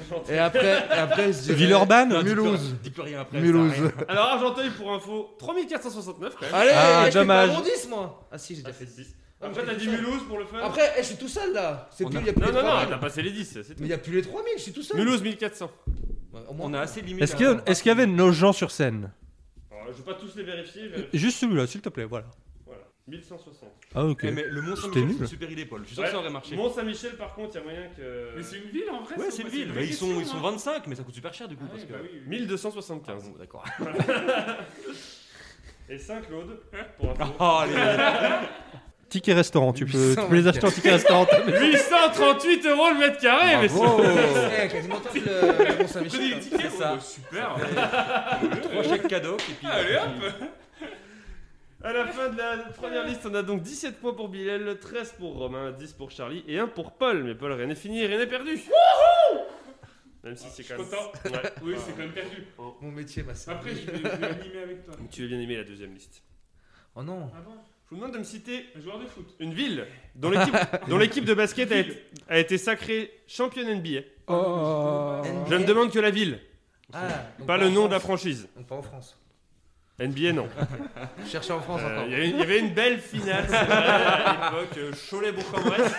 Argenteuil. Et après, et après je dirais- Villeurbanne Non, dis plus- Mulhouse. Dis plus rien après. ça Mulhouse. arrête. Alors Argenteuil pour info, 3469 quand même. Allez, Ah, eh, je fais pas dommage. arrondisse, moi. Ah si, j'ai Ah, déjà c'est fait. dix. Ah, mais Après j'ai t'as fait dit ça. Mulhouse pour le fun. Après, eh, je suis tout seul là. C'est On plus, a- il y a plus non les non non, 3000. t'as passé les 10, c'est tout. Mais il y a plus les 3000, je suis tout seul. Mulhouse 1400. Ouais, au moins. On a assez de limites. Est-ce que- est-ce qu'il y avait nos gens sur scène Alors, je vais pas tous les vérifier, mais Juste celui-là, s'il te plaît, voilà. voilà. 1160. Ah, ok. Eh, mais le Mont C'était Saint-Michel, nul. c'est une super idée, Paul. Je suis sûr Ouais. que ça aurait marché. Mont-Saint-Michel par contre, il y a moyen que... Mais c'est une ville en vrai Ouais, ça, c'est une ou pas ville. une Bah, vraie ils, sont, ils question, sont hein. 25, mais ça coûte super cher du coup. Ah parce ouais, que... bah oui, oui. 1275. Ah bon, d'accord. Et Saint-Claude pour info. Oh, les... Ticket restaurant, tu peux, tu 800, peux les acheter en ticket restaurant. Ah. 838 euros le mètre carré, mais Oh. c'est... Eh, quasiment top le, le Mont Saint-Michel. Prenez les tickets, C'est ça. oh, bah, super. Trois chèques cadeaux. Et puis, euh, Allez, hop. À la fin de la première liste, on a donc 17 points pour Bilal, 13 pour Romain, 10 pour Charlie et 1 pour Paul. Mais Paul, rien n'est fini, rien n'est perdu. Même si Ah, c'est je quand suis même. content. Ouais. Oui, c'est quand même perdu. Mon métier, ma sœur. Après, je vais, je vais animer avec toi. Tu as bien aimé la deuxième liste. Oh non. Avant, Je vous demande de me citer un joueur de foot. une ville dont l'équipe, dont l'équipe de basket a été, a été sacrée championne NBA. Oh. Je ne demande que la ville, Ah, donc pas en le nom de la France. franchise. Donc pas en France. NBA, non. Chercher en France Euh, encore. Il y avait- il y avait une belle finale c'est vrai, à l'époque, euh, Cholet-Bourg-en-Bresse.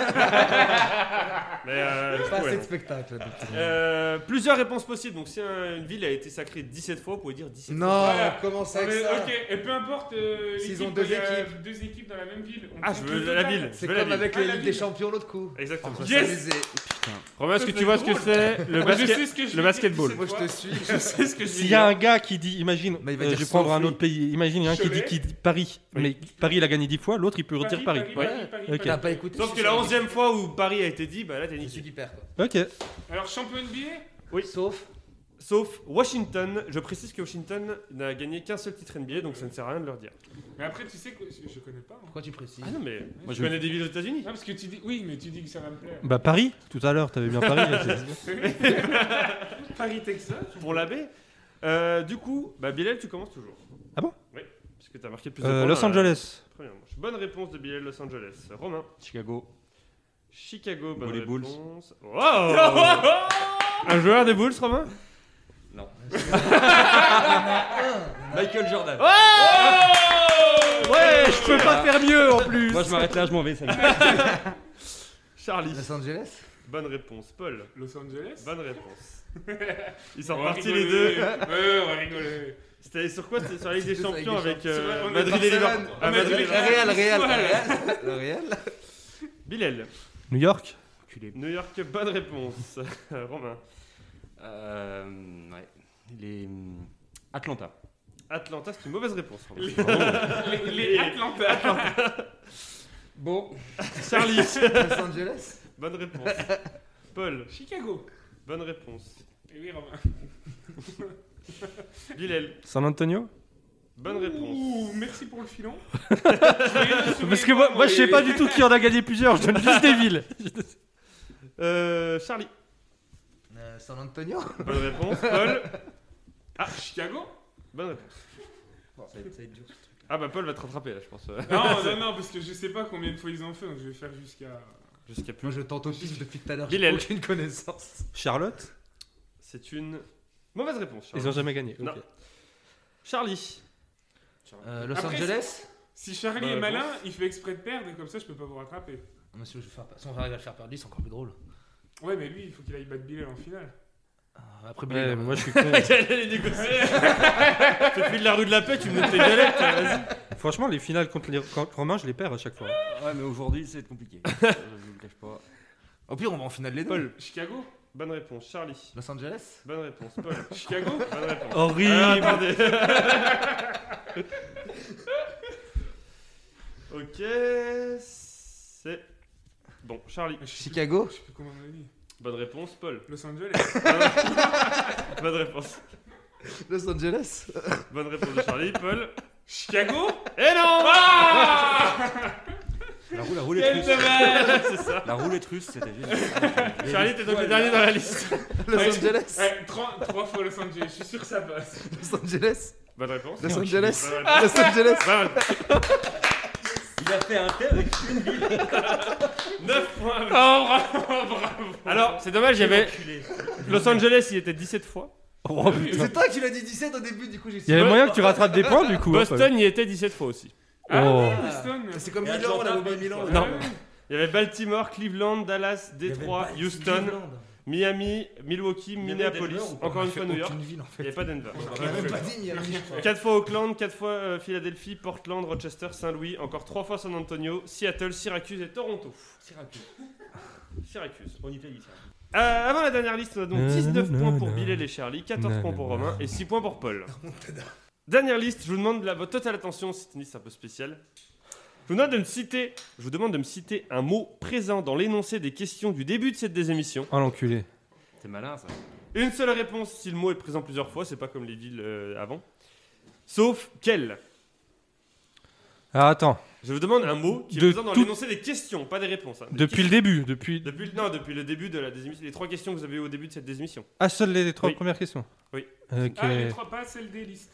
Mais euh, du Pas coup, ouais, assez non. de spectacle. donc. Euh, plusieurs réponses possibles. Donc, si un- une ville a été sacrée 17 fois, vous pouvez dire 17 fois. Non, Voilà. comment ça avec Mais, ça ok, et peu importe. euh, S'ils l'équipe, ont deux il y a équipes. Deux équipes dans la même ville. on Ah, prend je que veux le la total. ville. Je C'est veux la comme ville. avec Ah, la la Ligue des ville. Champions l'autre coup. Exactement. Ça Yes. s'amusait. Romain, est-ce que tu vois ce que c'est le, Moi, Ah, je basket sais ce que je le vais dire basketball. 17 Moi je fois. te suis. Je sais ce que je S'il y a un gars qui dit, imagine, Mais il va euh, dire je vais prendre un Sophie. autre pays, imagine, il y a un qui dit, Cholet. qui dit Paris, Oui. mais Paris il a gagné 10 fois, l'autre il peut redire Paris. Paris, Paris, Ok. Tu n'as Paris. pas écouté. Sauf je que suis la sur- 11ème fois où Paris a été dit, bah là, t'es C'est celui niqué. qui perd quoi. Ok. Alors, champion NBA Sauf. Sauf Washington. Je précise que Washington n'a gagné qu'un seul titre NBA, donc ça ne sert à rien de leur dire. Mais après, tu sais que je, je connais pas. hein. Pourquoi tu précises Ah non, mais Moi, je je- connais des villes aux États-Unis. Non, parce que tu dis. Oui, mais tu dis que ça va me plaire. Bah Paris, tout à l'heure, t'avais bien Paris. là, c'est- Paris, Texas. Pour l'abbé. Euh, du coup, bah, Bilal, tu commences toujours. Ah bon Oui, parce que t'as marqué plus de Euh, points, Los euh, Angeles. première manche. Bonne réponse de Bilal Los Angeles. Romain. Chicago. Chicago, bonne Ou les Bulls. réponse. Wow Un joueur des Bulls, Romain Michael Jordan. Ouais, je peux pas faire mieux en plus Moi, je m'arrête là, je m'en vais. salut. Charlie, Los Angeles bonne réponse. Paul, Los Angeles. bonne réponse. Ils On sont va partis les rigoler. deux. Ouais, on va rigoler. C'était sur quoi C'était sur la Ligue des C'est tous avec Champions des avec euh, C'est vrai, on est Madrid et Barcelone. Liverpool. On Ah, est Madrid et Madrid. Le Liverpool. Real, le Real, Ouais. le Real. Le Real. Bilal, New York. New York, bonne réponse. Romain, Euh, ouais. Les. hum, Atlanta. Atlanta, c'est une mauvaise réponse. Romain. Les, les Atlanta. Bon. Charlie, Los Angeles bonne réponse. Paul, Chicago. bonne réponse. Et oui, Romain. Bilal, San Antonio. bonne réponse. Ouh, merci pour le filon. Parce que moi, moi, je sais pas du tout qui en a gagné plusieurs, je donne juste des villes. Euh, Charlie, Euh, San Antonio bonne réponse. Paul, Ah, Chicago bonne réponse. Bon, ça va être ça va être dur. Ah bah Paul va te rattraper là, je pense. euh, Non, non, non, parce que je sais pas combien de fois ils ont fait, donc je vais faire jusqu'à. Jusqu'à plus. Moi je tente au pif depuis tout à l'heure, j'ai Bilal. aucune connaissance. Charlotte. C'est une mauvaise réponse. Charlie. Ils ont jamais gagné. Non. ok. Charlie. Euh, Los Après, Angeles Si Charlie Bonne est malin, réponse. il fait exprès de perdre, et comme ça je peux pas vous rattraper. Ah, Monsieur, je vais faire... si on arrive à le faire perdre, lui, c'est encore plus drôle. Ouais, mais lui, il faut qu'il aille battre Bilal en finale. Ah, Après Ouais, Bilal. moi je suis con. J'allais les négocier. Tu fais de la rue de la paix, tu me donnes tes dialectes. vas-y. Franchement, les finales contre les contre Romains, je les perds à chaque fois. Ouais, mais aujourd'hui, c'est compliqué. Euh, je vous le cache pas. Au pire, on va en finale les deux. Paul. Chicago Bonne réponse. Charlie. Los Angeles Bonne réponse. Paul. Chicago Bonne réponse. Ah, Horrible. attendez. ok. C'est bon. Charlie. Ah, Je sais plus- Chicago Je sais plus comment on l'a dit. Bonne réponse. Paul. Los Angeles Bonne réponse. Los Angeles Bonne réponse de Charlie. Paul. Chicago Et non. Ah La, roue- la roulette Quel russe. dommage C'est ça. La roulette russe, c'était génial. Charlie, t'es donc le dernier dans la liste. Los Ouais. Angeles Ouais, trois, trois fois Los Angeles, je suis sûr que ça passe. Los Angeles Bonne réponse. Los Angeles Bonne réponse. Los Angeles Bonne réponse. Il a fait un thé avec une ville. 9 points. Oh, bravo, bravo. Alors, c'est dommage, il y avait Los Angeles, il était 17 fois. Oh, putain. C'est toi qui l'as dit 17 au début, du coup j'ai Il y avait moyen que tu rattrapes des points du coup. hein, Paul. Boston, il était 17 fois aussi. Ah, Oh. ouais, Houston. C'est comme Et Milan, Atlanta, la Boba Milan. Non. Il y avait Baltimore, Cleveland, Dallas, Détroit, Houston, Miami, Milwaukee, Minneapolis, encore une fois New York. Aucune ville en Il fait. n'y avait pas Denver. On a même pas dit Miami, je crois. 4 fois Auckland, 4 fois euh, Philadelphie, Portland, Rochester, Saint-Louis, encore 3 fois San Antonio, Seattle, Syracuse et Toronto. Syracuse. Syracuse. En Italie, ça. Euh, avant la dernière liste, on a donc Na, 19 na, points na, pour na. Bilal et Charlie, 14 Na, points na, pour na. Romain et 6 points pour Paul. Dernière liste, je vous demande la, votre totale attention, c'est une liste un peu spéciale. Je vous demande de me citer, je vous demande de me citer un mot présent dans l'énoncé des questions du début de cette désémission. Oh l'enculé. C'est malin ça. Une seule réponse si le mot est présent plusieurs fois, c'est pas comme les villes euh, avant. Sauf quel Ah attends, Je vous demande un mot qui est De présent dans tout- l'énoncé des questions, pas des réponses. hein, des depuis questions. le début, depuis. Depuis le- non, depuis le début de la désémission, les trois questions que vous avez eues au début de cette désémission. Ah, seules les trois Oui. premières questions Oui. Ok. Ah, les trois pas, celle des listes.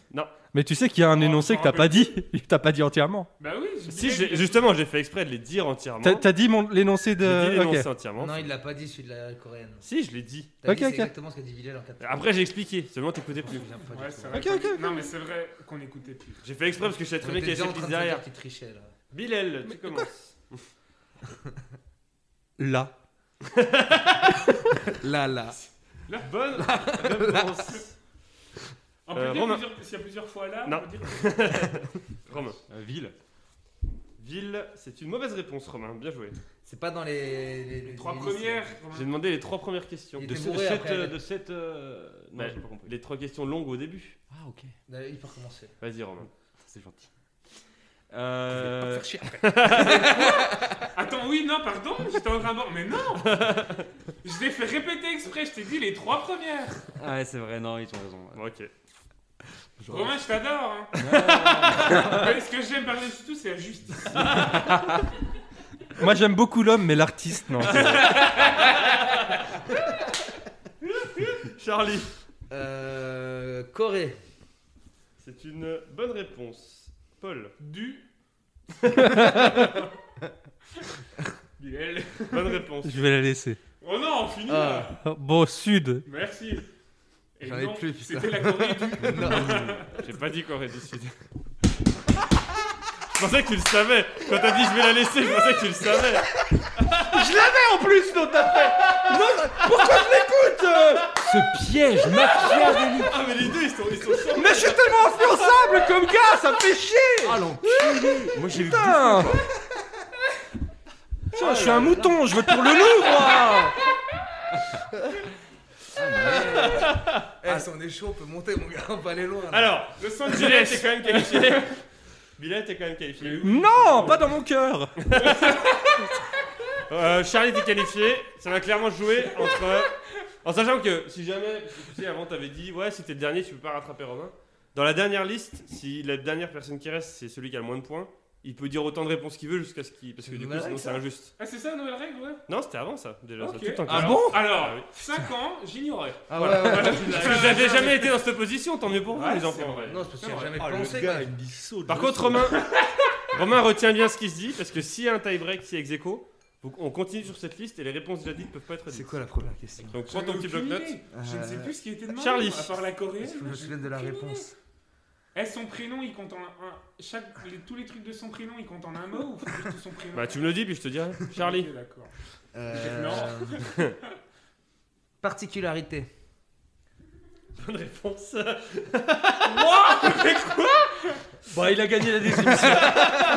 Mais tu sais qu'il y a un Oh, énoncé je que m'en t'as pas dit, t'as pas dit entièrement. Bah oui, Si, je dirais j'ai- que- justement, j'ai fait exprès de les dire entièrement. T'as t'as dit mon- l'énoncé J'ai dit de. l'énoncé ok. entièrement. Non, il l'a pas dit, celui de la coréenne. Si, je l'ai dit. T'as Ok, dit, c'est ok. exactement ce qu'a dit Villal en 4 Après, j'ai expliqué. Seulement, t'écoutais plus. Ouais, c'est vrai. Ok, qu'on- ok, ok. Non, mais c'est vrai qu'on écoutait plus. J'ai fait exprès parce que je savais très bien qu'il y avait cette liste derrière. qui trichait là. Bilal, tu commences. Là. Là, là. Bonne réponse. On peut Euh, dire Romain. plusieurs- s'il y a plusieurs fois là. Non. On peut dire... Romain. Euh, ville. Ville, c'est une mauvaise réponse, Romain. Bien joué. C'est pas dans les. Les, les Trois les premières. listes. J'ai demandé les trois premières questions. Il De était ce- bourré cette. après, euh, il- De cette. euh, Non, Bah, j'ai pas compris. Les trois questions longues au début. Ah, ok. Euh, Il peut recommencer. Vas-y, Romain. C'est gentil. Euh. Attends, oui, non, pardon, j'étais en train de... Mais non Je l'ai fait répéter exprès, je t'ai dit les trois premières. Ah, ouais, c'est vrai, non, ils ont raison. Bon, ok. Romain, je t'adore. hein. Mais ce que j'aime par-dessus tout, c'est la justice. Moi j'aime beaucoup l'homme, mais l'artiste non. Charlie, Euh. Corée. c'est une bonne réponse. Paul, Du... Bilal. bonne réponse. Je vais la laisser. Oh non, on finit Ah. là. Oh, Bon sud. Merci. Et J'en ai non, plus, putain. C'était la Corée du... J'ai pas dit Corée du Sud. Je pensais que tu le savais. Quand t'as dit je vais la laisser, je pensais que tu le savais. euh Ce piège machiavélique Ah, mais les deux, ils sont, ils sont sûrs. Mais je suis tellement influençable comme gars, ça me fait chier. Ah, l'enculé Moi, j'ai eu. Putain. Tiens, Ah, je suis un mouton, je vote pour le loup moi. Eh, si on est chaud, on peut monter, mon gars, on peut aller loin. là. Alors, Los Bilal, t'es Angeles. quand même qualifié. Bilal, t'es quand même qualifié. Non, pas dans mon cœur. Euh, Charlie, t'es qualifié. Ça va clairement jouer entre. En sachant que si jamais. parce que tu sais, avant, t'avais dit ouais, si t'es le dernier, tu peux pas rattraper Romain. Dans la dernière liste, si la dernière personne qui reste, c'est celui qui a le moins de points, il peut dire autant de réponses qu'il veut jusqu'à ce qu'il. Parce que du coup, Ouais, sinon, ça. c'est injuste. Ah, c'est ça la nouvelle règle, ouais Non, c'était avant ça, déjà. Ok. Ça, tout le temps Ah qu'il y a- bon Ah oui. Alors, 5 ans, j'ignorais. Ah voilà. ouais, ouais. Parce que vous avez jamais été dans cette position, tant mieux pour vous, Ouais, les c'est enfants. vrai. Non, c'est parce que Ah, j'ai jamais Ah, pensé. le quoi. gars, il me dit saut. Par contre, Romain, Romain retient bien ce qui se dit, parce que s'il y a un tie-break, s'il y a ex-aequo, vous- on continue sur cette liste et les réponses déjà dites peuvent pas être C'est dites. quoi la première question Donc prends J'en ai ton petit aucune bloc-notes. idée. Je ne sais plus ce qui était demandé. Charlie. À part la Corée. Il faut que je me souvienne de la réponse. Eh, son prénom, il compte en un. un- chaque, les- tous les trucs de son prénom, il compte en un mot ou faut dire tout son prénom Bah tu me le dis puis je te dirai. Charlie. Ok, d'accord. Euh, Particularité. Bonne réponse. Bon, Bah, il a gagné la désémission.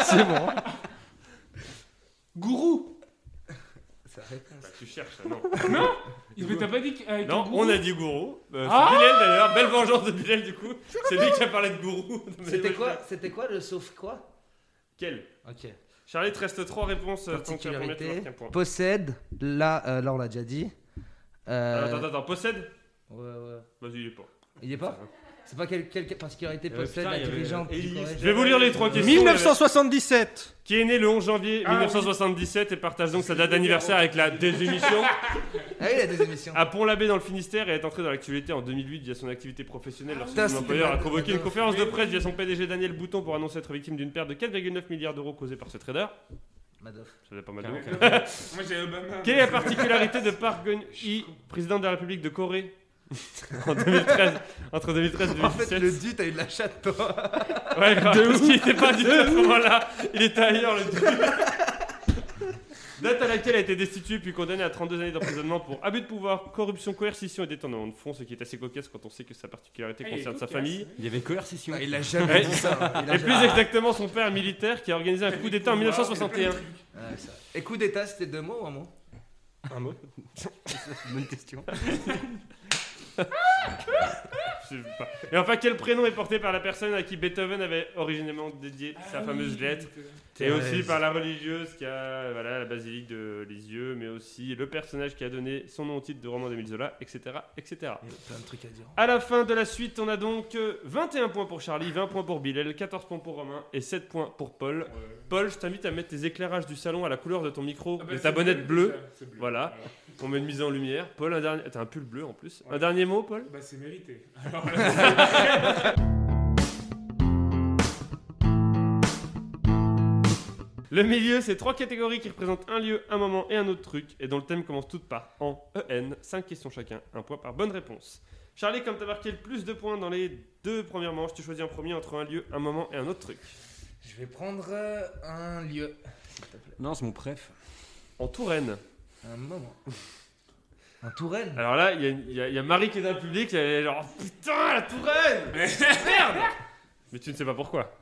C'est bon. Gourou C'est la réponse. tu cherches, hein, non. Mais t'as pas dit qu'avec Non, un gourou on a dit gourou. Euh, c'est Ah Bilal d'ailleurs, belle vengeance de Bilal du coup. C'est lui qui a parlé de gourou. C'était quoi, c'était quoi le sauf quoi Quel Ok. Charlie, te reste trois réponses. euh, tant que la première, tu Particularité. marques un point. Possède. Là, euh, là on l'a déjà dit. Euh, Ah, Attends, attends, attends, possède Ouais, ouais. Vas-y, il est pas. Il y est pas C'est pas quelle, quelle particularité Euh, possède putain, la il y avait, dirigeante euh, du Elise. collège Je vais vous lire les trois questions. 1977 Qui est né le 11 janvier Ah, 1977 et partage donc sa date d'anniversaire avec la désémission Ah oui, la deuxième émission. à Pont-l'Abbé dans le Finistère et est entré dans l'actualité en 2008 via son activité professionnelle lorsque Putain, son c'était employeur a mal- convoqué une mal- conférence de presse via son PDG Daniel Bouton pour annoncer être victime d'une perte de 4,9 milliards d'euros causée par ce trader. Madoff. Ça faisait pas Ah, mal de monde. euh, Moi j'ai Obama. Quelle est la particularité de Park Geun-hye, président de la République de Corée en 2013, entre 2013 et En fait, 2017 le dut, t'as eu de la chatte, toi. Ouais, grave, parce qu'il était pas du tout à ce moment-là. Il était ailleurs, le dieu. Date à laquelle a été destitué puis condamné à 32 années d'emprisonnement pour abus de pouvoir, corruption, coercition et détournement de fonds, ce qui est assez cocasse quand on sait que sa particularité Ah, il est concerne sa cocasse. famille. Il y avait coercition. il a jamais dit dit ça. Et plus exactement son père militaire qui a organisé un coup d'État en 1961. Et coup d'état, c'était deux mots ou un mot Un mot Bonne question. Je sais pas. Et enfin, quel prénom est porté par la personne à qui Beethoven avait originellement dédié Ah sa fameuse lettre Et Thérèse. aussi par la religieuse qui a voilà, la basilique de Lisieux, mais aussi le personnage qui a donné son nom au titre de roman d'Émile Zola, etc. etc. Plein de trucs à dire. À la fin de la suite, on a donc euh, 21 points pour Charlie, 20 points pour Bilal, 14 points pour Romain et 7 points pour Paul. Ah Paul, je t'invite à mettre tes éclairages du salon à la couleur de ton bah, Ah micro, de ta bonnette bleue. Voilà. On met une mise en lumière. Paul, un dernier. T'as un pull bleu en plus. Un Ouais. dernier mot, Paul Bah c'est mérité. Alors là, Le milieu, c'est trois catégories qui représentent un lieu, un moment et un autre truc, et dont le thème commence toutes par en, en, 5 questions chacun, un point par bonne réponse. Charlie, comme t'as marqué le plus de points dans les deux premières manches, tu choisis en premier entre un lieu, un moment et un autre truc. Je vais prendre euh, un lieu, s'il te plaît. Non, c'est mon préf. En Touraine. Un moment. Un Touraine Alors là, il y a- il y, a- il y a Marie qui est dans le public, elle est genre Putain, la Touraine Merde Mais tu ne sais pas pourquoi.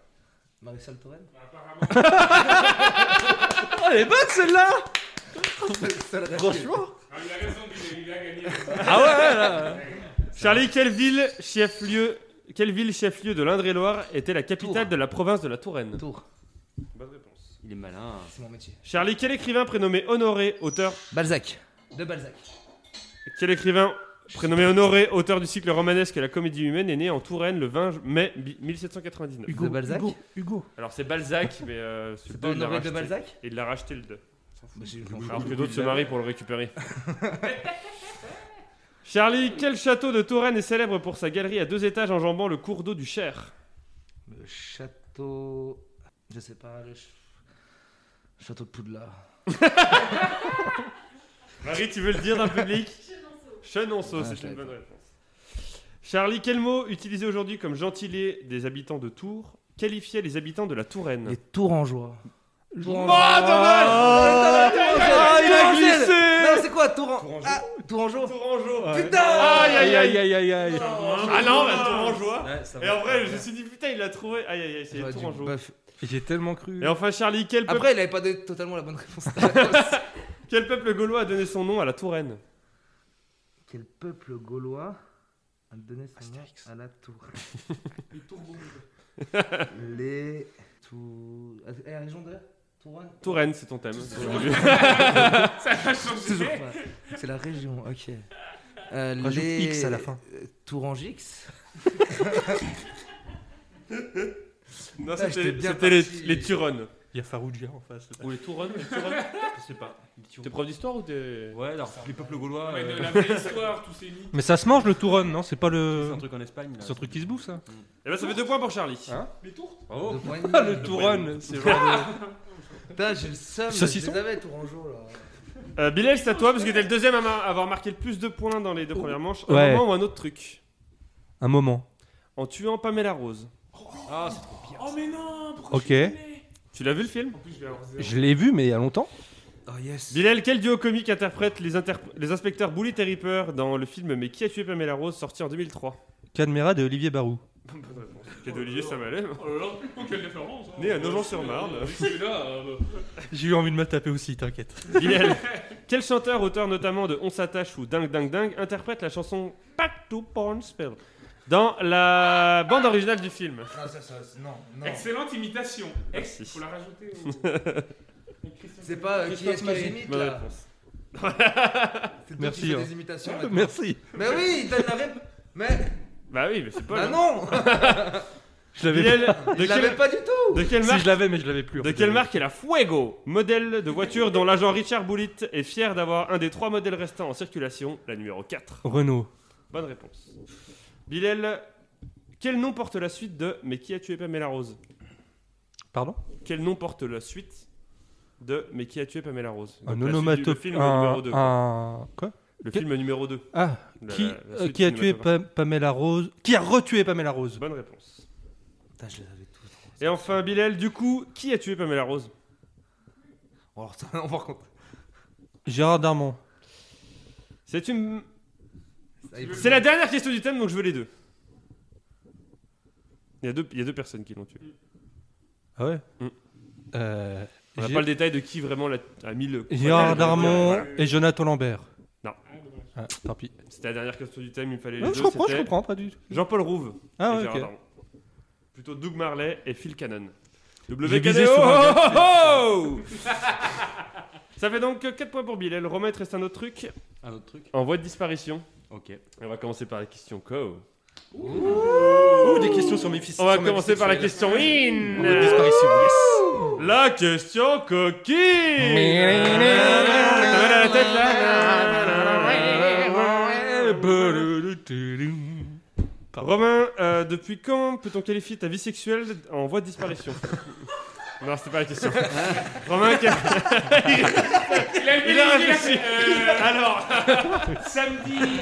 Marisol Touraine Bah, apparemment, Oh, elle est bonne celle-là Franchement Ah, il a raison, il a- il a gagné. Ah ouais, là Charlie, quelle ville chef-lieu quelle ville chef-lieu de l'Indre-et-Loire était la capitale Tours. de la province de la Touraine Tour, Bonne réponse. Il est malin. c'est mon métier. Charlie, quel écrivain prénommé Honoré, auteur Balzac. De Balzac. Quel écrivain prénommé Honoré, auteur du cycle romanesque La Comédie Humaine, est né en Touraine le 20 mai 1799 De Balzac Hugo, Hugo. Alors c'est Balzac, mais euh, C'est celui-là, pas il l'a honoré de racheté. Balzac Et il l'a racheté le 2. Bah, j'ai- Alors que d'autres se marient pour le récupérer. Charlie, quel château de Touraine est célèbre pour sa galerie à deux étages enjambant le cours d'eau du Cher Le château. Je sais pas, le ch- château de Poudlard. Marie, tu veux le dire d'un public Chenonceau, Ah, c'est je une l'avais bonne réponse. Charlie, quel mot utilisé aujourd'hui comme gentilé des habitants de Tours qualifiait les habitants de la Touraine Les Tourangeois. Oh, Tourangeois. dommage Ah, il a glissé Non, c'est quoi Touran... Ah, Tourangeau Putain Ah, Aïe, aïe, aïe. Oh. Aïe, aïe, aïe, aïe. Ah non, bah, Tourangeois Ouais, ça Et en vrai, je me suis dit, putain, il l'a trouvé Aïe, aïe, aïe, c'est J'aurais dû Tourangeois. baffer. J'ai tellement cru. Et enfin, Charlie, quel peuple, Après, il avait pas donné totalement la bonne réponse. à la quel peuple gaulois a donné son nom à la Touraine Quel peuple gaulois a donné son nom à la tour Les Tour... Eh, La région de Touraine Touraine, c'est ton thème. Ça va changer. Toujours pas. C'est la région, ok. Euh, Rajoute les... X à la fin. euh, Tourangix non, Putain, c'était Ah, j'étais bien c'était les, parti. les Turonnes. Il y a Farougia en face. Ou les Turonnes les Turonnes Je sais pas. T'es prof d'histoire ou t'es. Ouais, alors les peuples gaulois. Mais euh, de la vraie histoire, tous ces mythes. Mais ça se mange le touron, non C'est pas C'est le. un truc en Espagne. là. C'est un truc qui se bouffe, ça Eh ben, ça fait deux points pour Ah. Charlie. Hein Les tours Oh. Bravo. Ah, le touron C'est genre Putain, j'ai le seum. Saucisson. Je les avais, Tourangeau, là. Euh, Bilal, c'est à toi, parce que t'es le deuxième à ma- à avoir marqué le plus de points dans les deux premières manches. Un Ouais. moment ou un autre truc Un moment. En tuant Pamela Rose. Ah, c'est trop Oh mais non pourquoi Ok. je suis gêné Tu l'as vu le film En plus, je vais avoir zéro. Je l'ai vu, mais il y a longtemps. Oh yes. Bilal, quel duo comique interprète les, interpr- les inspecteurs Bullitt et Ripper dans le film Mais qui a tué Pamela Rose sorti en 2003 Cadmera de Olivier Barou. Qui est d'Olivier Samalet. Oh là là, oh, quelle référence hein. Né à Nogent-sur-Marne. C'est là, euh, J'ai eu envie de me taper aussi, t'inquiète. Bilal, quel chanteur, auteur notamment de On s'attache ou Ding Ding Ding, interprète la chanson Back to Porn Spell dans la bande originale du film Non, ça, ça, non, non. excellente imitation. Ex, Merci. faut la rajouter. Au... avec Christian C'est pas euh, qui Christophe est-ce que Maé. j'imite Bonne là réponse. C'est toi Merci, qui fais hein. des imitations. maintenant. Merci. Mais oui, il donne la rép. Mais Bah oui, mais c'est Paul. Bah hein. non Je l'avais. Bilal, de, Il l'avait quelle, pas du tout de quelle Si marque je l'avais, mais je l'avais plus. en De fait. quelle marque est la Fuego Modèle de voiture dont l'agent Richard Bullitt est fier d'avoir un des trois modèles restants en circulation, la numéro 4. Renault. Bonne réponse. Bilal, quel nom porte la suite de Mais qui a tué Pamela Rose Pardon Quel nom porte la suite de Mais qui a tué Pamela Rose Donc, la Un suite du- onomatopée. Le film un- numéro 2. un- Quoi Le quel- film numéro 2. Ah, La- qui, la euh, suite qui a tué cinématographique. Pa- Pamela Rose Qui a retué Pamela Rose Bonne réponse. Putain, je les avais tous. Et enfin, Bilal, du coup, qui a tué Pamela Rose Oh, putain, on va raconter. Gérard Darmon. C'est une. Ça, il- C'est la dernière question du thème, donc je veux les deux. Il y a deux, il y a deux personnes qui l'ont tué. Ah ouais Mm. Euh, On n'a Gé- pas le détail de qui vraiment l'a- a mis le. Gérard Ouais, Darmon voilà. et Jonathan Lambert. Non. Ah, tant pis. C'était la dernière question du thème, il me fallait les Non, deux. je comprends, je c'était comprends, pas du tout. Jean-Paul Rouve. et Ah ouais, Gérard ok. Darmon. Plutôt Doug Marley et Phil Cannon. J'ai WKD. visé sur un Oh, oh, oh Ça fait donc 4 points pour Bilal. Romain, il te reste un autre truc Un autre truc en voie de disparition. Ok. On va commencer par la question Co. Oh, des questions sur mes fils. On va commencer par la question In. Disparition, La question coquille Romain, euh, depuis quand peut-on qualifier ta vie sexuelle en voie de disparition Non, c'était pas la question. Romain, quel- Il a, il a réfléchi. euh, Alors, samedi.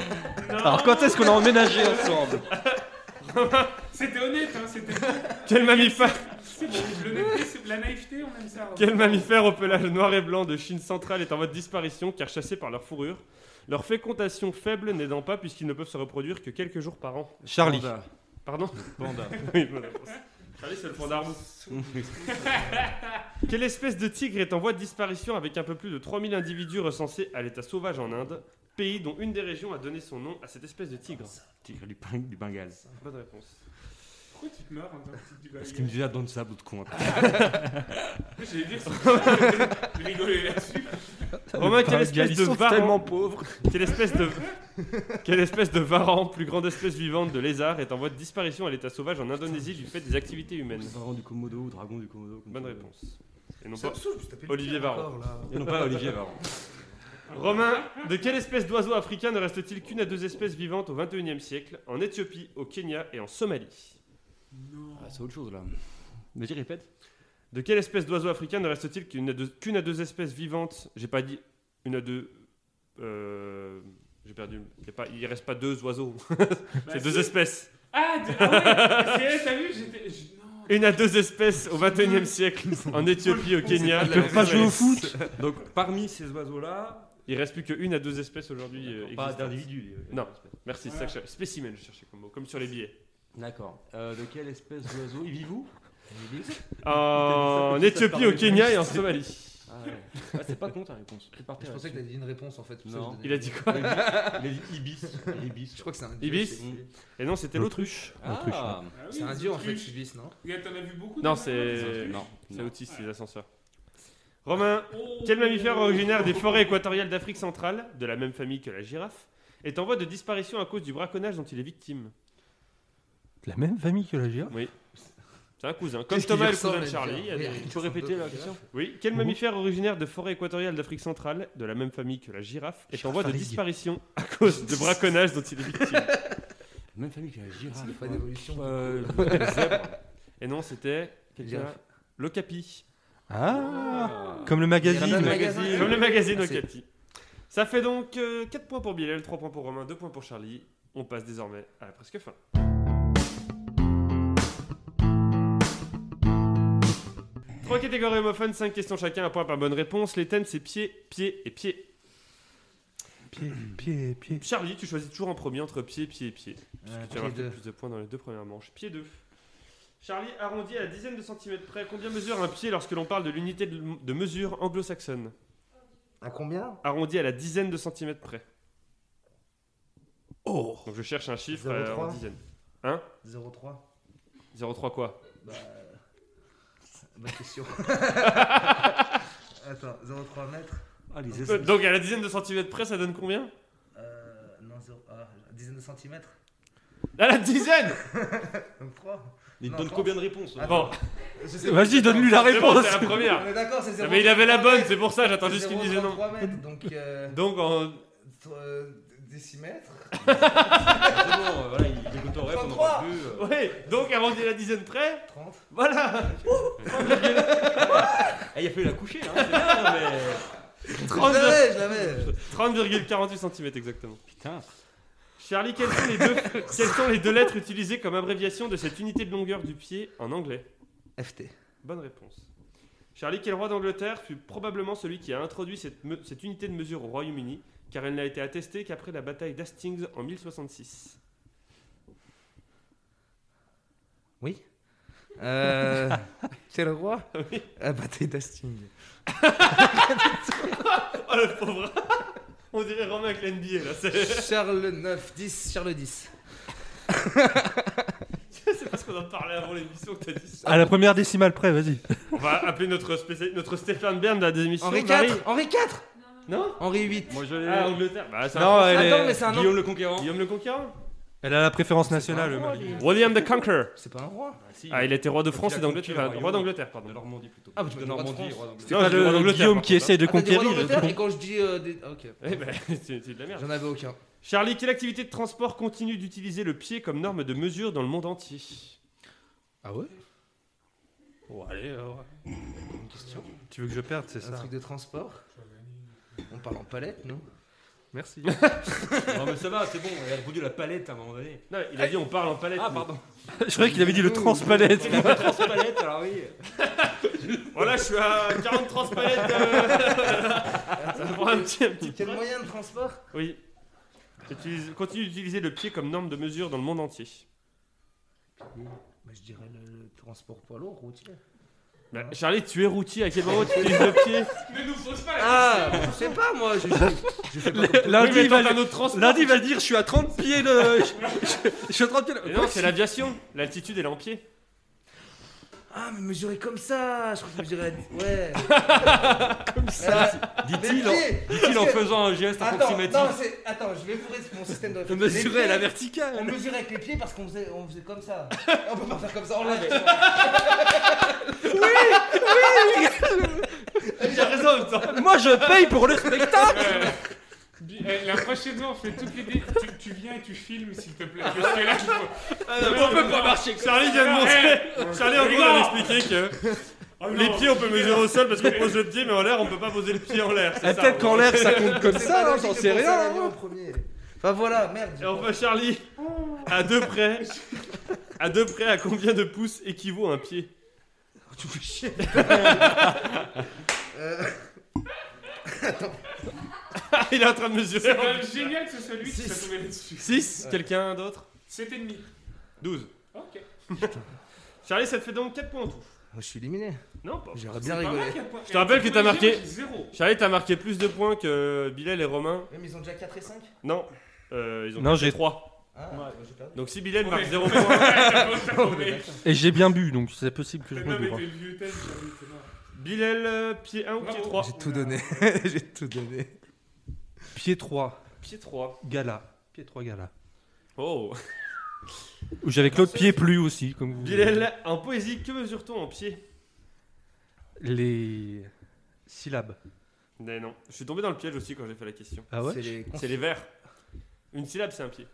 Non, Alors, quand est-ce qu'on a emménagé ensemble c'était honnête, hein, c'était. quel mammifère, C'est bon, l'honnêteté, c'est- la naïveté, on aime ça. hein. quel mammifère au pelage noir et blanc de Chine centrale est en voie de disparition car chassé par leur fourrure Leur fécondation faible n'aidant pas puisqu'ils ne peuvent se reproduire que quelques jours par an. Charlie. Ah, Pardon Panda. Oui, bonne réponse. Charlie, c'est le fond d'arbre. Quelle espèce de tigre est en voie de disparition avec un peu plus de 3000 individus recensés à l'état sauvage en Inde, pays dont une des régions a donné son nom à cette espèce de tigre Tigre du, Beng- du Bengale. Bonne réponse. Pourquoi tu te meurs en tant que petit Parce qu'il me dit, ah, donne ça, bout de con. J'allais dire, c'est- de rigoler là-dessus. Romain, quelle Bengale, espèce ils de sont varan tellement pauvre Quelle espèce de Quelle espèce de varan, plus grande espèce vivante de lézard, est en voie de disparition à l'état sauvage en Indonésie du fait des activités humaines Varan du Komodo ou dragon du Komodo. comme Bonne tu veux. réponse. Et non Ça pas me saoule, je tapais le Olivier pied Varro. encore, là. Et non pas Olivier Varan. Romain, de quelle espèce d'oiseau africain ne reste-t-il qu'une à deux espèces vivantes au XXIe siècle En Éthiopie, au Kenya et en Somalie. Non. Ah, c'est autre chose là. Vas-y, répète. De quelle espèce d'oiseau africain ne reste-t-il qu'une à, deux- qu'une à deux espèces vivantes J'ai pas dit une à deux. euh, J'ai perdu. Il y a pas- Il reste pas deux oiseaux. Bah, C'est si. deux espèces. Ah, de- ah ouais, c'est- t'as vu, j'étais. j'- Non. Une à deux espèces au XXIe siècle en Éthiopie, au Kenya. Ils peuvent pas jouer au foot. Donc, parmi ces oiseaux-là, Il reste plus qu'une à deux espèces aujourd'hui. euh, pas existantes. d'individus. les- Non. Merci. c'est ça que je- Spécimen, je cherchais comme mot, comme sur les billets. D'accord. Euh, de quelle espèce d'oiseau Il vit où En Éthiopie, au Kenya et en Somalie. ah, ouais. Ah, C'est pas con ta réponse. T'es parti Je pensais que t'avais dit une réponse en fait. c'est pour ça Non. que je donnais- Il a dit quoi Il a dit ibis. Ibis. Je crois que c'est un dieu. Ibis c'est- Et non, c'était l'autruche. Autruche, Ah, Ah oui, C'est un dieu en fait, autruche. Ibis, Ah, non Regarde, t'en as vu beaucoup Non, des c'est- autruches non. C'est non. autiste, les ascenseurs. Romain, Oh. quel mammifère originaire des forêts équatoriales d'Afrique centrale, de la même famille que la girafe, est en voie de disparition à cause du braconnage dont il est victime La même famille que la girafe C'est un cousin. Comme Qu'est-ce Thomas est qu'il le cousin ressemble, de la Charlie. il y a girafe des- Oui, Tu peux répéter la question Oui, quel mammifère originaire de forêts équatoriales d'Afrique centrale, de la même famille que la girafe, est en voie de Girafarig. disparition à cause de braconnage dont il est victime Même famille que la girafe. Pas d'évolution. Ah, Euh, Et non, c'était quelqu'un. Girafe. L'Ocapi. Ah ah. Comme le Il y a magazine. un Comme magazine. le magazine Merci. Okapi. Ça fait donc 4 points pour Bilal, 3 points pour Romain, 2 points pour Charlie. On passe désormais à la presque fin. Trois catégories homophones, 5 questions chacun, un point par bonne réponse. Les thèmes, c'est pied, pied et pied. Pied, pied, pied. Charlie, tu choisis toujours en premier entre pied, pied et pied. Euh, Tu vas avoir pied fait deux. plus de points dans les deux premières manches. Pied 2. Charlie, arrondi à la dizaine de centimètre près, combien mesure un pied lorsque l'on parle de l'unité de de mesure anglo-saxonne À combien arrondi à la dizaine de centimètres près. Oh Donc je cherche un chiffre euh, 0,3. en dizaine. 0,3. 0,3 quoi Bah. Bonne question. Attends, 0,3 mètres Ah, les Euh, espèces. Donc à la dizaine de centimètres près, ça donne combien euh, Non, 0, ah, dizaine de centimètres À la dizaine Donc, trois. Il Non, donne trois. combien de réponses hein Bon, Je sais pas. Vas-y, donne-lui la c'est bon, réponse. c'est la première. On est d'accord, c'est Non, 0. mais il avait la bonne, c'est pour ça, j'attends juste qu'il me dise le nombre. 3 mètres, donc euh, Donc, en... euh, 10 mètres. C'est bon, euh, voilà, il il écoute au rêve, on n'en parle plus. euh. ouais, donc avant de dire la dizaine près, 30. voilà, Eh, il a fallu la coucher, hein, c'est bien, mais. 30. Je l'avais, je l'avais. 30,48 cm exactement. Putain. Charlie, quelles sont, les deux, quelles sont les deux lettres utilisées comme abréviation de cette unité de longueur du pied en anglais FT. Bonne réponse. Charlie, quel roi d'Angleterre fut probablement celui qui a introduit cette, me- cette unité de mesure au Royaume-Uni, car elle n'a été attestée qu'après la bataille d'Hastings en 1066 Oui. Euh, c'est le roi Ah bah t'es d'Asting. Oh le pauvre On dirait Romain avec l'NBA là, c'est Charles 9, 10, Charles 10. c'est parce qu'on en parlait avant l'émission que t'as dit ça. À la première décimale près, vas-y. On va appeler notre, spécial- notre Stéphane Bern de la démission. Henri Marie. 4 Henri 4 Non Henri 8 Moi je l'ai. euh, Ah, Angleterre Bah, c'est un Non, Français. elle, Attends, mais est- c'est un nom. Guillaume le Conquérant. Guillaume le Conquérant elle a la préférence C'est nationale, pas un Marie. William the Conqueror C'est pas un roi Ah, si, Ah, il était roi de France Il et a d'Angleterre. conquis le enfin, roi royaume. d'Angleterre, pardon. De Normandie plutôt. Ah, bah, tu de dis roi de Normandie, France. roi d'Angleterre. Non, Pas je dis roi le d'Angleterre, Guillaume par qui contre, essaie de Ah, t'as dit roi conquérir. d'Angleterre, Et quand je dis. euh, des- Ok. Eh ben, c'est c'est de la merde. J'en avais aucun. Charlie, quelle activité de transport continue d'utiliser le pied comme norme de mesure dans le monde entier Ah ouais Bon, allez, euh, ouais. Tu veux que je perde, c'est Un ça truc de transport On parle en palette, non Merci. Non, mais ça va, c'est bon, il a le goût de la palette hein. à un moment donné. Non, il a dit on parle en palette. Ah, mais- pardon. je croyais qu'il avait dit le transpalette. Il a pas transpalette, alors oui. Voilà, Oh je suis à 40 transpalettes. euh, Ça prend un petit, un petit Quel break. moyen de transport Oui. Utilise- continue d'utiliser le pied comme norme de mesure dans le monde entier. bah, Je dirais le, le transport poids lourd routier. Bah, Charlie, tu es routier. À quel moment tu utilises le pied Ne nous pose pas la Ah, je sais pas moi, je, je fais pas comme- Oui, Lundi, mais il va, tente un autre transport. lundi, il va dire Je suis à 30 pieds de. Je, je- je suis à 30 pieds de- Et non, c'est l'aviation. L'altitude, elle est en pied. Ah, mais mesurer comme ça, je crois que mesurer à- Ouais. comme Dit-il en- dit-il en faisant un geste Attends, approximatif. non, c'est- attends, je vais vous réexpliquer mon système de Je réflexion. mesurais Les à la pieds, On verticale. mesurait avec les pieds parce qu'on faisait, on faisait comme ça. on peut pas faire comme ça, on l'a fait. J'ai raison en même temps. Moi, je paye pour le spectacle. Euh, bi- eh, La prochaine fois, on fait toutes les dé- tu, tu viens et tu filmes, s'il te plaît. Parce que là, il faut- Euh, on peut pas marcher. Eh, Charlie vient de montrer. Charlie, en gros, Non. vient d'expliquer que les pieds, on peut mesurer au sol parce qu'on pose le pied, mais en l'air, on peut pas poser le pied en Eh, l'air. c'est La ça, tête en qu'en gros. l'air, ça compte comme C'est ça, pas hein, logique j'en de sais penser à rien. l'avion en hein. premier. Enfin voilà, merde. Et enfin, Charlie, à deux près, à deux près, à combien de pouces équivaut un pied Oh, Tu fais chier. Euh, Ah, Il est en train de mesurer. C'est quand même Euh, génial que ce soit lui qui Six. soit tombé dessus. 6 Quelqu'un d'autre 7 et demi. 12. Ok. Charlie, ça te fait donc 4 points en tout. Je suis éliminé. Non, Oh, pas. J'aurais C'est bien pas mal, rigolé. quatre points. Je te rappelle Et que tous les t'as marqué- gens, j'ai zéro. Charlie, t'as marqué plus de points que Bilal et Romain. Même ils ont déjà 4 et 5 Non. Euh, ils ont Non, j'ai 3. Ah, bah, j'ai perdu. Donc si Bilal Ouais. marque 0 Ouais, points, t'as pas- t'as pas- mais- Et j'ai bien bu, donc c'est possible que je mais me Non, mais bourre. t'es vieux tel, Charlie, c'est mort. Bilal, euh, pied 1 ou pied Bravo. 3 J'ai tout donné. j'ai tout donné. Pied 3, Pied 3. gala. Pied 3, gala. Oh Ou j'avais que l'autre pied plus aussi, comme vous voulez. Bilal, en poésie, que mesure-t-on en pied Les syllabes. Mais non, je suis tombé dans le piège aussi quand j'ai fait la question. Ah ouais C'est les cons. C'est les vers. Une syllabe, c'est un pied.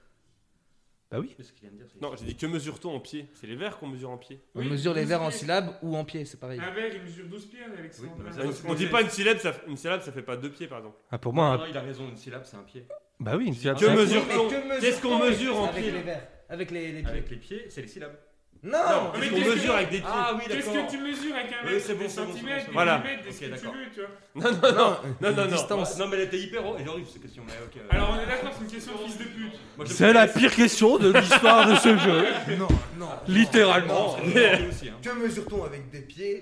Bah oui. Qu'est-ce qu'il vient de dire c'est- Non, j'ai dit que mesure-t-on en pied C'est les vers qu'on mesure en pied. On Oui, mesure les douze vers en pieds. syllabes ou en pieds, c'est pareil. Un verre, Ah, il mesure 12 pieds, hein, Alexandre. Oui, mais ça, On, on dit pas une syllabe, ça, une syllabe, ça fait pas deux pieds, par exemple. Ah, pour Non, moi, non, un- il a raison, une syllabe c'est un pied. bah oui, une syllabe. Que c'est un- mesure- mesure-t-on Mais que mesure-t-on Qu'est-ce qu'on avec- mesure en avec pied les vers Avec les, les pieds. Avec les pieds, c'est les syllabes. Non, mais Qu'est-ce qu'on qu'est-ce que- mesure avec des pieds oui, Qu'est-ce que tu mesures avec un Oui, mètre c'est bon, Des c'est bon, centimètres, c'est bon, des c'est bon. millimètres, des Ok, ce que tu d'accord. veux, tu vois. non, non, non, non. Distance. Non, mais elle était hyper héroïque cette question, mais ok. Alors, on est d'accord, c'est une question de fils de pute. Moi, je- C'est la pire question de l'histoire de ce jeu. Non, non. Ah. Littéralement. Non, c'est une question aussi, hein. Que mesure-t-on avec des pieds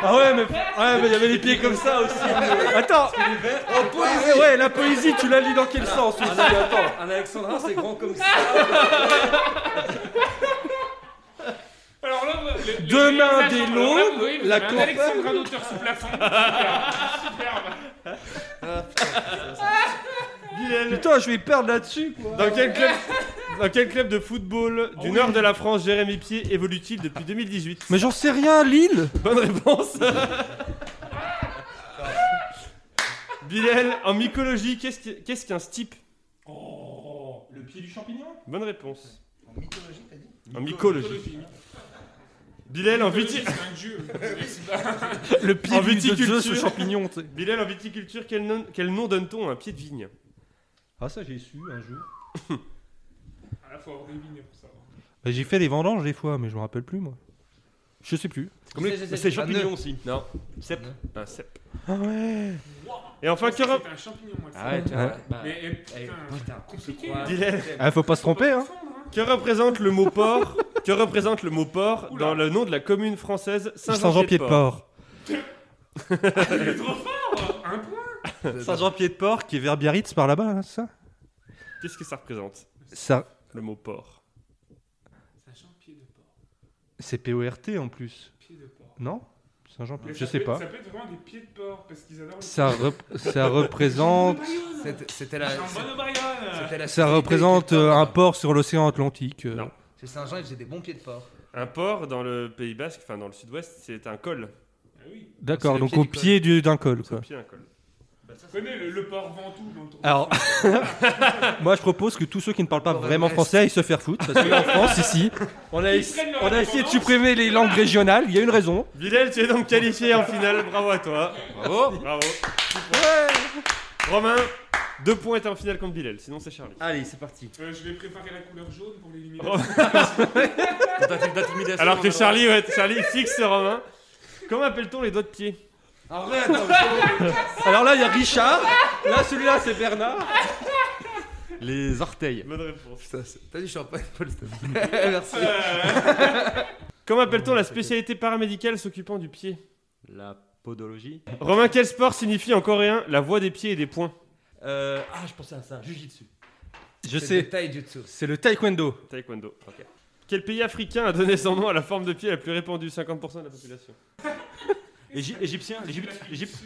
Ah ouais, mais ouais, mais il y avait les pieds comme ça aussi. Attends. En poésie Ouais, la poésie, tu la lis dans quel sens aussi Ah, Attends. Un Alexandrin, c'est grand comme ça. Alors là, le- le- Demain, le- des le- l'aube, le- oui, la un campagne. Alexandre, un auteur sous plafond. Superbe. Superbe. Bilal, Putain, je vais perdre là-dessus, quoi. dans quel club, dans quel club de football du nord de la France Jérémy Pied évolue-t-il depuis 2018 Mais j'en sais rien, Lille Bonne réponse Bilal, en mycologie, qu'est-ce qui- qu'est-ce qu'un stipe Oh, le pied du champignon Bonne réponse. En mythologie, t'as dit En mycologie. Bilal, en, viti- C'est un dieu. Ah Le pied En du- de viticulture. Zeus, le champignon, tu sais. Bilal, en viticulture, quel nom, quel nom donne-t-on à un pied de vigne Ah, ça, j'ai su un jour. Ah, là, faut avoir des vignes pour savoir. Bah, j'ai fait les vendanges des fois, mais je me rappelle plus, moi. Je sais plus. Comme les- Je sais, je sais, C'est je sais. champignons aussi. Non. Cep. Un cep. Ah ouais Et enfin, C'est que rep- un champignon, moi. Ah ça. Arrête, Ouais. bah, Mais eh, Eh, putain, Putain, compliqué. quoi. Bilal, Ah, faut pas se tromper, hein que représente le mot port Que représente le mot port Oula. dans le nom de la commune française Saint-Jean-Pied-de-Port Saint-Jean-Pied-de-Port. Il est trop fort Oh, Un point Saint-Jean-Pied-de-Port qui est vers Biarritz par là-bas, hein, c'est ça Qu'est-ce que ça représente Ça, Le mot port. C'est un champier de porc. c'est PORT en plus, Pied de porc. non Saint-Jean-Pied, Mais je ça sais peut- pas. Ça peut être vraiment des pieds de porc parce qu'ils adorent Ça, rep- ça représente, C'était- C'était euh, les la. Jean euh, Bonne O'Brien c'était la ça société représente qui était euh, un forte. port sur l'océan Atlantique. euh. Non. Chez Saint-Jean, ils faisaient des bons pieds de porc. Un port dans le Pays Basque, enfin dans le Sud-Ouest, c'est un col. Ah oui, C'est D'accord, le donc pied au du col. pied du- d'un col. C'est au Quoi. pied un col. vous connaissez le, le porc ventoux dans le tour. Alors, moi je propose que tous ceux qui ne parlent pas Corée de vraiment l'Est. français aillent se faire foutre, parce qu'en France, ici, on a, Ils ess- prennent leur on a essayé de indépendance. supprimer les langues régionales, il y a une raison. Bilal, tu es donc qualifié en finale. Bravo à toi. Bravo. Bravo. Romain, deux points et t'es en finale contre Bilal, sinon c'est Charlie. Allez, c'est parti. Euh, je vais préparer la couleur jaune pour l'éliminer. Oh. Tentative d'intimidation. Alors que on a Charlie, ouais, Charlie fixe Romain. Comment appelle-t-on les doigts de pied Arrête non, Alors là, il y a Richard, là celui-là c'est Bernard. mais- Les orteils. Bonne réponse. Putain, c'est- T'as du champagne, Paul Stone. Merci. Comment appelle-t-on la spécialité paramédicale s'occupant du pied La podologie. Romain, quel sport signifie en coréen la voie des pieds et des poings Euh, ah, je pensais à ça. Jujitsu. Je C'est sais, de taijutsu. c'est le taekwondo. Taekwondo. Quel pays africain a donné son nom à la forme de pied la plus répandue 50% de la population Égy- Égyptien. L'Égypte. L'Égypte.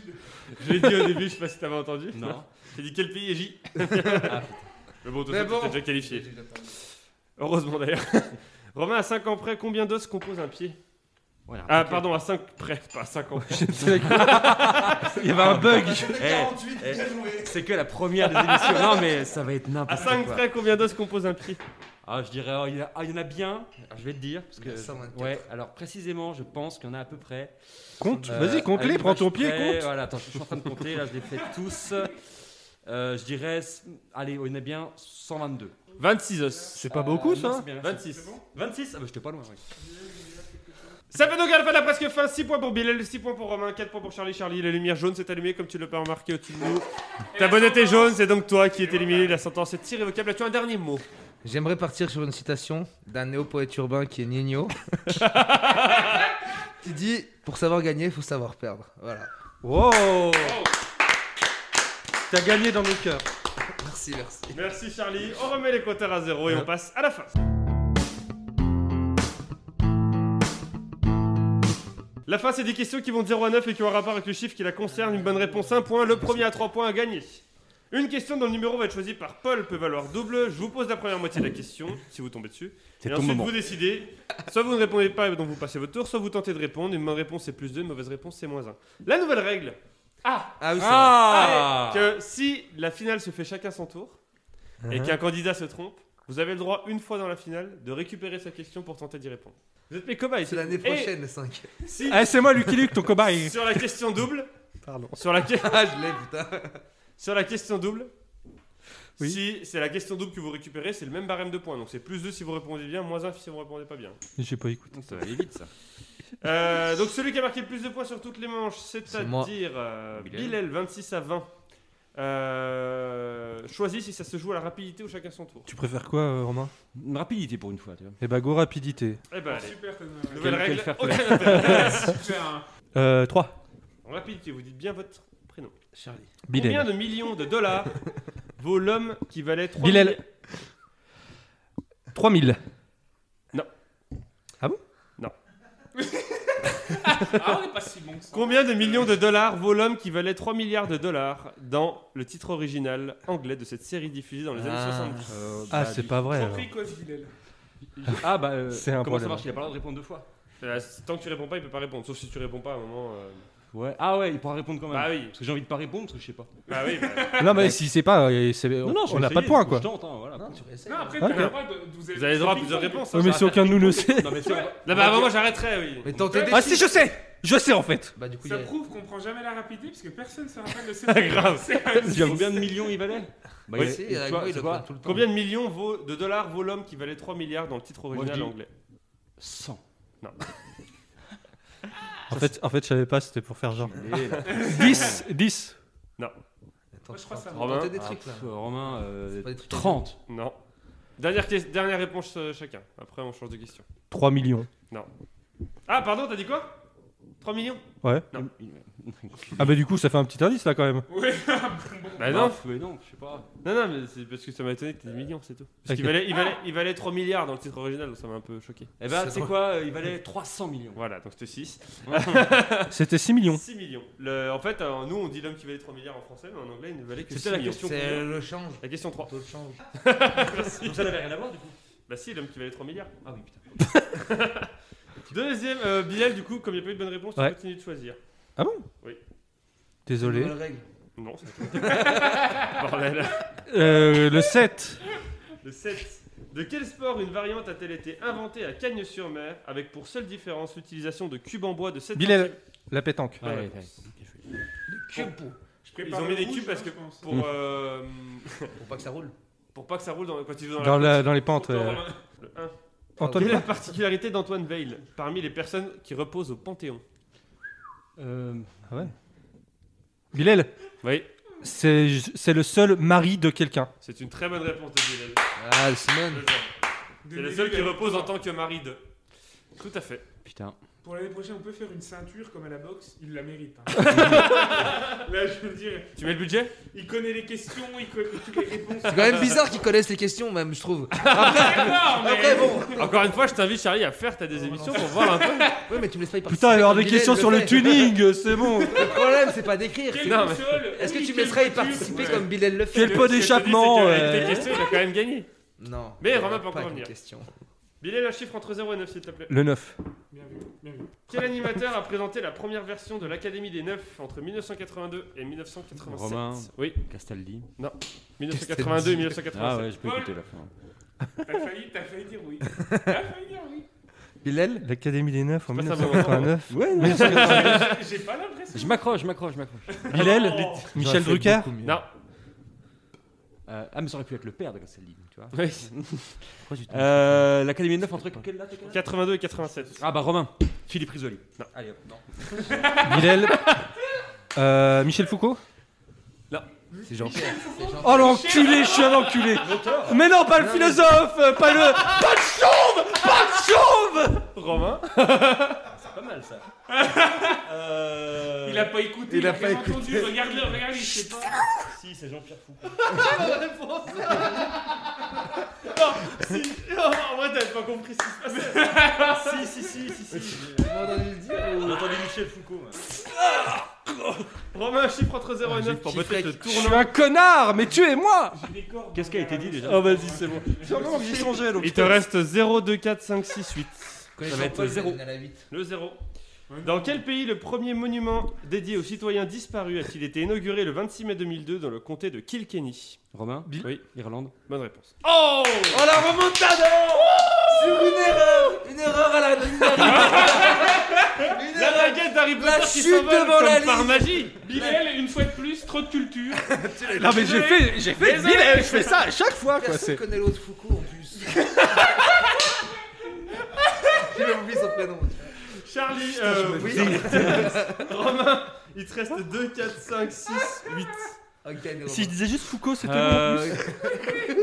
Je l'ai dit au début, je sais pas si t'avais entendu. Non. J'ai dit quel pays est J Mais bon, toi, t'es Mais bon. déjà qualifié. Heureusement d'ailleurs. Romain, à 5 ans près, combien d'os compose un pied Ouais, un Ah, pied. pardon, à 5 près, pas à 5 ans. Il y avait un bug. Eh, C'est que la première des émissions. Non, mais ça va être À n'importe quoi. 5 près, combien d'os compose un pied Ah, je dirais, oh, il, y en a, ah, il y en a bien. Alors, je vais te dire. Parce Il y en que, a 124. ouais, alors précisément, je pense qu'il y en a à peu près. Compte, Euh, vas-y, à compte-les, une prends vache ton pied, près. compte. Voilà, attends, je suis en train de compter. Là, je les fais tous. Euh, je dirais, allez, oh, il y en a bien 122. 26 os. C'est pas Euh, beaucoup non, ça hein c'est bien, merci. 26. 26 Ah, bah, j'étais pas loin. ouais. Ça fait donc à la fin de la presque fin 6 points pour Bilal, 6 points pour Romain, 4 points pour Charlie. Charlie, la lumière jaune s'est allumée comme tu l'as pas remarqué au-dessus de nous. Ta bonnette est jaune, c'est donc toi qui es éliminé. La sentence est irrévocable. As-tu un dernier mot J'aimerais partir sur une citation d'un néo-poète urbain qui est Nino. qui dit Pour savoir gagner, faut savoir perdre. Voilà. Euh, Wow T'as gagné dans nos cœurs. Merci, merci. Merci Charlie. On remet les compteurs à zéro et on passe à la fin. La fin, c'est des questions qui vont de 0 à 9 et qui ont un rapport avec le chiffre qui la concerne. Une bonne réponse, 1 point. Le premier à 3 points à gagner. Une question dont le numéro va être choisi par Paul peut valoir double. Je vous pose la première moitié de la question, si vous tombez dessus. C'est et ton ensuite, moment. vous décidez. Soit vous ne répondez pas et donc vous passez votre tour, soit vous tentez de répondre. Une bonne réponse, c'est plus 2. Une mauvaise réponse, c'est moins 1. La nouvelle règle, Ah oui, c'est Ah que si la finale se fait chacun son tour et Uh-huh. qu'un candidat se trompe, vous avez le droit une fois dans la finale de récupérer sa question pour tenter d'y répondre. Vous êtes mes cobayes. vrai. Eh. C'est l'année Et prochaine, les 5. si- Eh, c'est moi, Lucky Luke, ton cobaye. sur la question double, Pardon. sur la, que- Ah, je l'ai, putain. sur la question double, Oui. si c'est la question double que vous récupérez, c'est le même barème de points. Donc c'est plus 2 si vous répondez bien, moins 1 si vous répondez pas bien. J'ai pas écouté. Ça va aller vite, ça. Euh, donc celui qui a marqué le plus de points sur toutes les manches, moi. c'est-à-dire euh, Bilal. Bilal, 26 à 20. Euh, choisis si ça se joue à la rapidité ou chacun son tour. Tu préfères quoi, euh, Romain Une rapidité pour une fois, tu vois. Eh bah, go rapidité. Eh ben, Ah, allez. Super, t'as Nouvelle Quel- quel règle. fair aucun play. intérêt. Super, hein. Euh, 3. En rapidité, vous dites bien votre prénom. Charlie. Combien Bilal. de millions de dollars vaut l'homme qui valait 3 Bilal. millions- 3000. Ah, on n'est pas si bon que ça. Combien de millions de dollars vaut l'homme qui valait 3 milliards de dollars dans le titre original anglais de cette série diffusée dans les années 70 Euh, Ah, bah, c'est pas vrai. alors. Jean-Pierre Cosvillel. Ah bah, euh, C'est un comment ça problème. marche Il a pas le droit de répondre deux fois. Euh, Tant que tu réponds pas, il peut pas répondre. Sauf si tu réponds pas à un moment. euh, Ouais. Ah ouais, il pourra répondre quand même. Bah oui, Parce que j'ai envie de pas répondre, parce que je sais pas. bah oui. bah- Non, mais si c'est pas, euh, c'est- Non, non, je on vais n'a pas essayer, de points je quoi. tente, hein, voilà. Non, tu réessayes. Non, après, Ok. t'as le droit de. de- Vous avez le droit à plusieurs réponses. hein. Oui, mais si aucun de nous le sait. Non, mais tu- Là, bah, moi j'arrêterai, oui. Mais tentez des Ah si, je sais Je sais en fait. Bah, du coup, il y Ça a... prouve qu'on prend jamais la rapidité parce que personne ne se rappelle de cette. Grave. C'est combien de millions il valait bah, Oui, il- si, tu vois- avec moi, tu il le vois, prend tout le temps. Combien de millions vaut- de dollars vaut l'homme qui valait 3 milliards dans le titre je original dis- anglais 100. En fait, en fait, je savais pas, c'était pour faire genre. Allez, là. 10 10 Attends, Moi, je crois que ça tentez Robin. des Ah, trucs, là. pff, Romain, euh, pas des trucs à 30. Non. Dernière, ques- dernière réponse euh, chacun. Après, on change de question. 3 millions. Ah, pardon, t'as dit quoi 3 millions Non. Ah bah du coup, ça fait un petit indice là quand même. Ouais, Bah non. mais non, je sais pas. Non, non, mais c'est parce que ça m'a étonné que t'aies des millions, c'est tout. Parce Ok. qu'il valait, il valait, il valait 3 milliards dans le titre original, donc ça m'a un peu choqué. Eh ben, C'est tu sais drôle. quoi euh, Il valait 300 millions. Voilà, donc c'était 6. C'était 6 millions. 6 millions. Le- en fait, euh, nous, on dit l'homme qui valait 3 milliards en français, mais en anglais, il ne valait que C'était 6 la millions. question. C'est le change. La question 3. Le taux de change. Donc ça n'avait rien à voir du coup. Bah si, l'homme qui valait 3 milliards. Ah oui, putain. Deuxième, euh, Bilal, du coup, comme il n'y a pas eu de bonne réponse, Ouais. tu continues de choisir. Désolé. Nouvelle règle. Non, c'est tout. Bordel. Euh, le 7. Le 7. De quel sport une variante a-t-elle été inventée à Cagnes-sur-Mer avec pour seule différence l'utilisation de cubes en bois de 7 Bilal, la pétanque. Ouais, ouais. Cube pour, je Ils prépare ont le mis des rouge, hein, cubes parce que je pense. pour, euh, pour pas que ça roule. pour pas que ça roule dans, quand ils jouent dans, Dans, la la, dans les pentes. Dans euh, Le 1. Antoine, Quelle est quoi la particularité d'Antoine Veil parmi les personnes qui reposent au Panthéon Euh, Ah Bilal, Oui, c'est c'est le seul mari de quelqu'un. c'est une très bonne réponse de Bilal. Ah, Simone. C'est le seul qui repose en tant que mari de. Tout à fait. putain. euh, Pour l'année prochaine, on peut faire une ceinture comme à la boxe, il la mérite. hein. Là, je veux dire, Tu mets le budget il connaît les questions, il connaît toutes les réponses. C'est quand même bizarre qu'ils connaissent les questions, même, je trouve. D'accord, mais- Après, bon. Encore une fois, je t'invite Charlie à faire ta des émissions pour voir un peu. Oui, mais tu me laisses pas y participer. Putain, alors comme des Bilal questions sur le fait. tuning, c'est bon. Le problème, c'est pas d'écrire. Quelle c'est- Non, mais- console Est-ce que Oui, tu me quelle laisserais y voiture participer Ouais. comme Bilal le fait Quel pot d'échappement. Avec euh. tes questions, il a quand même gagné. Non. Mais il y Romain aura peut encore pas qu'une revenir. question. Bilal, un chiffre entre 0 et 9, s'il te plaît. Le 9. Bien vu, bien vu. Quel animateur a présenté la première version de l'Académie des Neufs entre 1982 et 1987 Romain. Oui, Castaldi. 1982 et 1987. Ah ouais, je peux Paul. écouter la fin. T'as failli, t'as failli dire oui. T'as failli dire oui. Bilal L'Académie des 9 en C'est pas ça, 1989. Ouais, non. J'ai pas l'impression. je m'accroche, je m'accroche, je m'accroche. Bilal, Oh. Michel Drucker. Non, Euh, ah, mais ça aurait pu être le père de Castaldi, tu vois. oui. Euh, L'Académie 9, un truc. Quel là, t'es quel là 82 et 87. Ah bah Romain. Philippe Risoli. Non. Allez, hop, non. Bilal. Euh, Michel Foucault C'est Jean-Pierre. c'est Jean-Pierre. Oh l'enculé, je suis un enculé Mais non, pas le philosophe, euh, pas le... Romain Pas mal ça. Euh, Il a pas écouté. Il a pas rien écouté. entendu. Regarde-le, regarde, il sait pas. Si, c'est Jean-Pierre Foucault. Non, en vrai, t'avais pas compris ce qui se passait. si, si, si, si, si. On entendait Michel Foucault. moi. Romain, un chiffre entre 0 et j'ai 9 pour kiffé peut-être que- te Je tourner. suis un connard, mais tuez-moi J'ai des cordes. Qu'est-ce qui a été dit déjà Ah, Oh vas-y, c'est bon. Sûrement que j'y songeais, donc... Il te reste 0, 2, 4, 5, 6, 8. Connaissant va être Paul, zéro. il y en a la huit. Le 0. Dans quel pays le premier monument dédié aux citoyens disparus a-t-il été inauguré le 26 mai 2002 dans le comté de Kilkenny Romain Oui. Irlande Bonne réponse. Oh la remontada Sur une erreur Une erreur à la ligne d'arrivée. Une La erreur baguette d'Harry La Potter qui chute s'envole devant comme la par ligne. magie Bilal, une fois de plus, trop de culture. Non mais j'ai fait, j'ai fait Désolé. Bilal, je fais ça à chaque fois quoi, Personne c'est... connaît l'autre Foucault en plus. J'ai même oublié son prénom. Charlie, euh, oui. Romain, il te reste 2, 4, 5, 6, 8. Ok, Néo. Si je disais juste Foucault, c'était bon. Euh,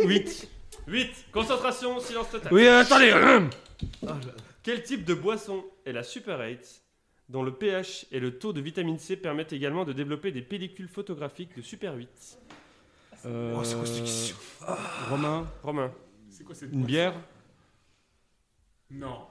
8. 8. Concentration, silence total. Oui, euh, attendez Ah, Quel type de boisson est la Super 8 dont le pH et le taux de vitamine C permettent également de développer des pellicules photographiques de Super 8 euh, Romain Romain. C'est quoi cette Une bière Non.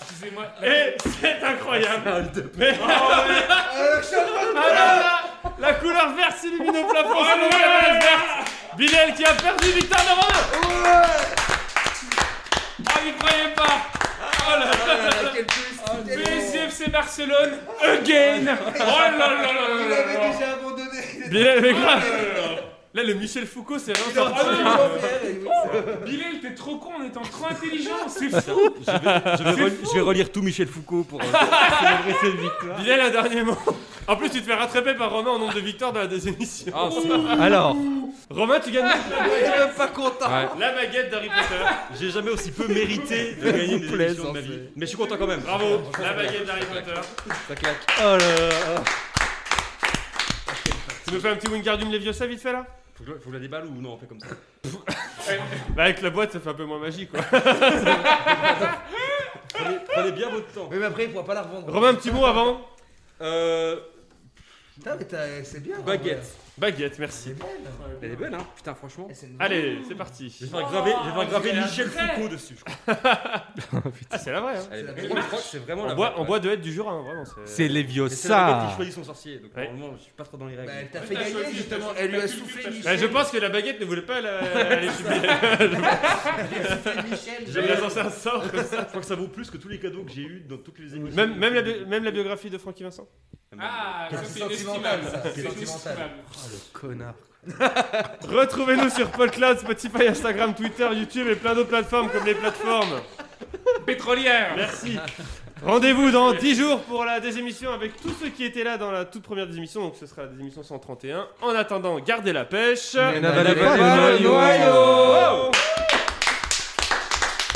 Excusez-moi. Et c'est incroyable. Mais Ah, Alors, je suis en train de- la couleur verte s'illumine au plafond. c'est donc la menace verte. Bilal qui a perdu Victor Laurent. Ah, n'y croyez pas Ah là là, quel twist. BSFC Barcelone, again Oh là là là Ah, là Il là là avait déjà abandonné. Bilal mais grave. Là le Michel Foucault c'est Il est en vraiment train de l'enfer, et oui, ça- Bilal, t'es trop con, on est en trop intelligent, c'est fou Je vais, rel- je vais relire tout Michel Foucault pour euh, célébrer cette victoire. Bilal un dernier mot. En plus tu te fais rattraper par Romain en nombre de victoires dans la deuxième émission. Ah, c'est- Alors, Romain tu gagnes Il est même pas content. Ouais. la baguette d'Harry Potter. J'ai jamais aussi peu mérité de gagner une émission de ma vie. Mais je suis content quand même. Bravo Ah. la baguette d'Harry Potter. Ça claque. oh là là. Tu me fais un petit Wingardium Leviosa vite fait là Faut que, je- faut que je la déballe ou non, on fait comme ça. Bah avec la boîte ça fait un peu moins magique quoi. Prenez, prenez bien votre temps. Oui, Mais après, il pourra pas la revendre. Romain un petit mot avant. Euh, Putain, mais t'as- c'est bien. en vrai. baguette. Baguette merci. C'est bien. Elle est belle, hein Putain, franchement. Eh, c'est une- Allez c'est parti. Je vais faire graver, je vais faire graver Michel Foucault dessus. je crois. Ah c'est la vraie hein. Elle est la belle, première. je crois que C'est vraiment On la boit, vraie, on ouais. boit de être du Jura, hein, vraiment. C'est Mais C'est la baguette qui Leviosa. choisit son sorcier. Donc Ouais. normalement, je suis pas trop dans les Bah, règles. elle t'a Ouais, fait t'as gagner choisi, justement. t'as Elle lui a choisi, soufflé t'as choisi. Michel. Bah, je pense que la baguette ne voulait pas la- aller chez Bilal. Michel. J'aime bien lancer un sort comme ça. Je crois que ça vaut plus que tous les cadeaux que j'ai eu dans toutes les émissions. Même, même, la, bi- même la biographie de Francky Vincent. Ah, ça c'est sentimental, inestimable ça. C'est Sentimental. inestimable Connard. Retrouvez-nous sur PodCloud, Spotify, Instagram, Twitter, YouTube et plein d'autres plateformes comme les plateformes. Pétrolière Merci. Rendez-vous dans 10 jours pour la désémission avec tous ceux qui étaient là dans la toute première désémission. Donc ce sera la désémission 131. En attendant, gardez la pêche. Mais n'avalez n'avalez pas pas le le noyau.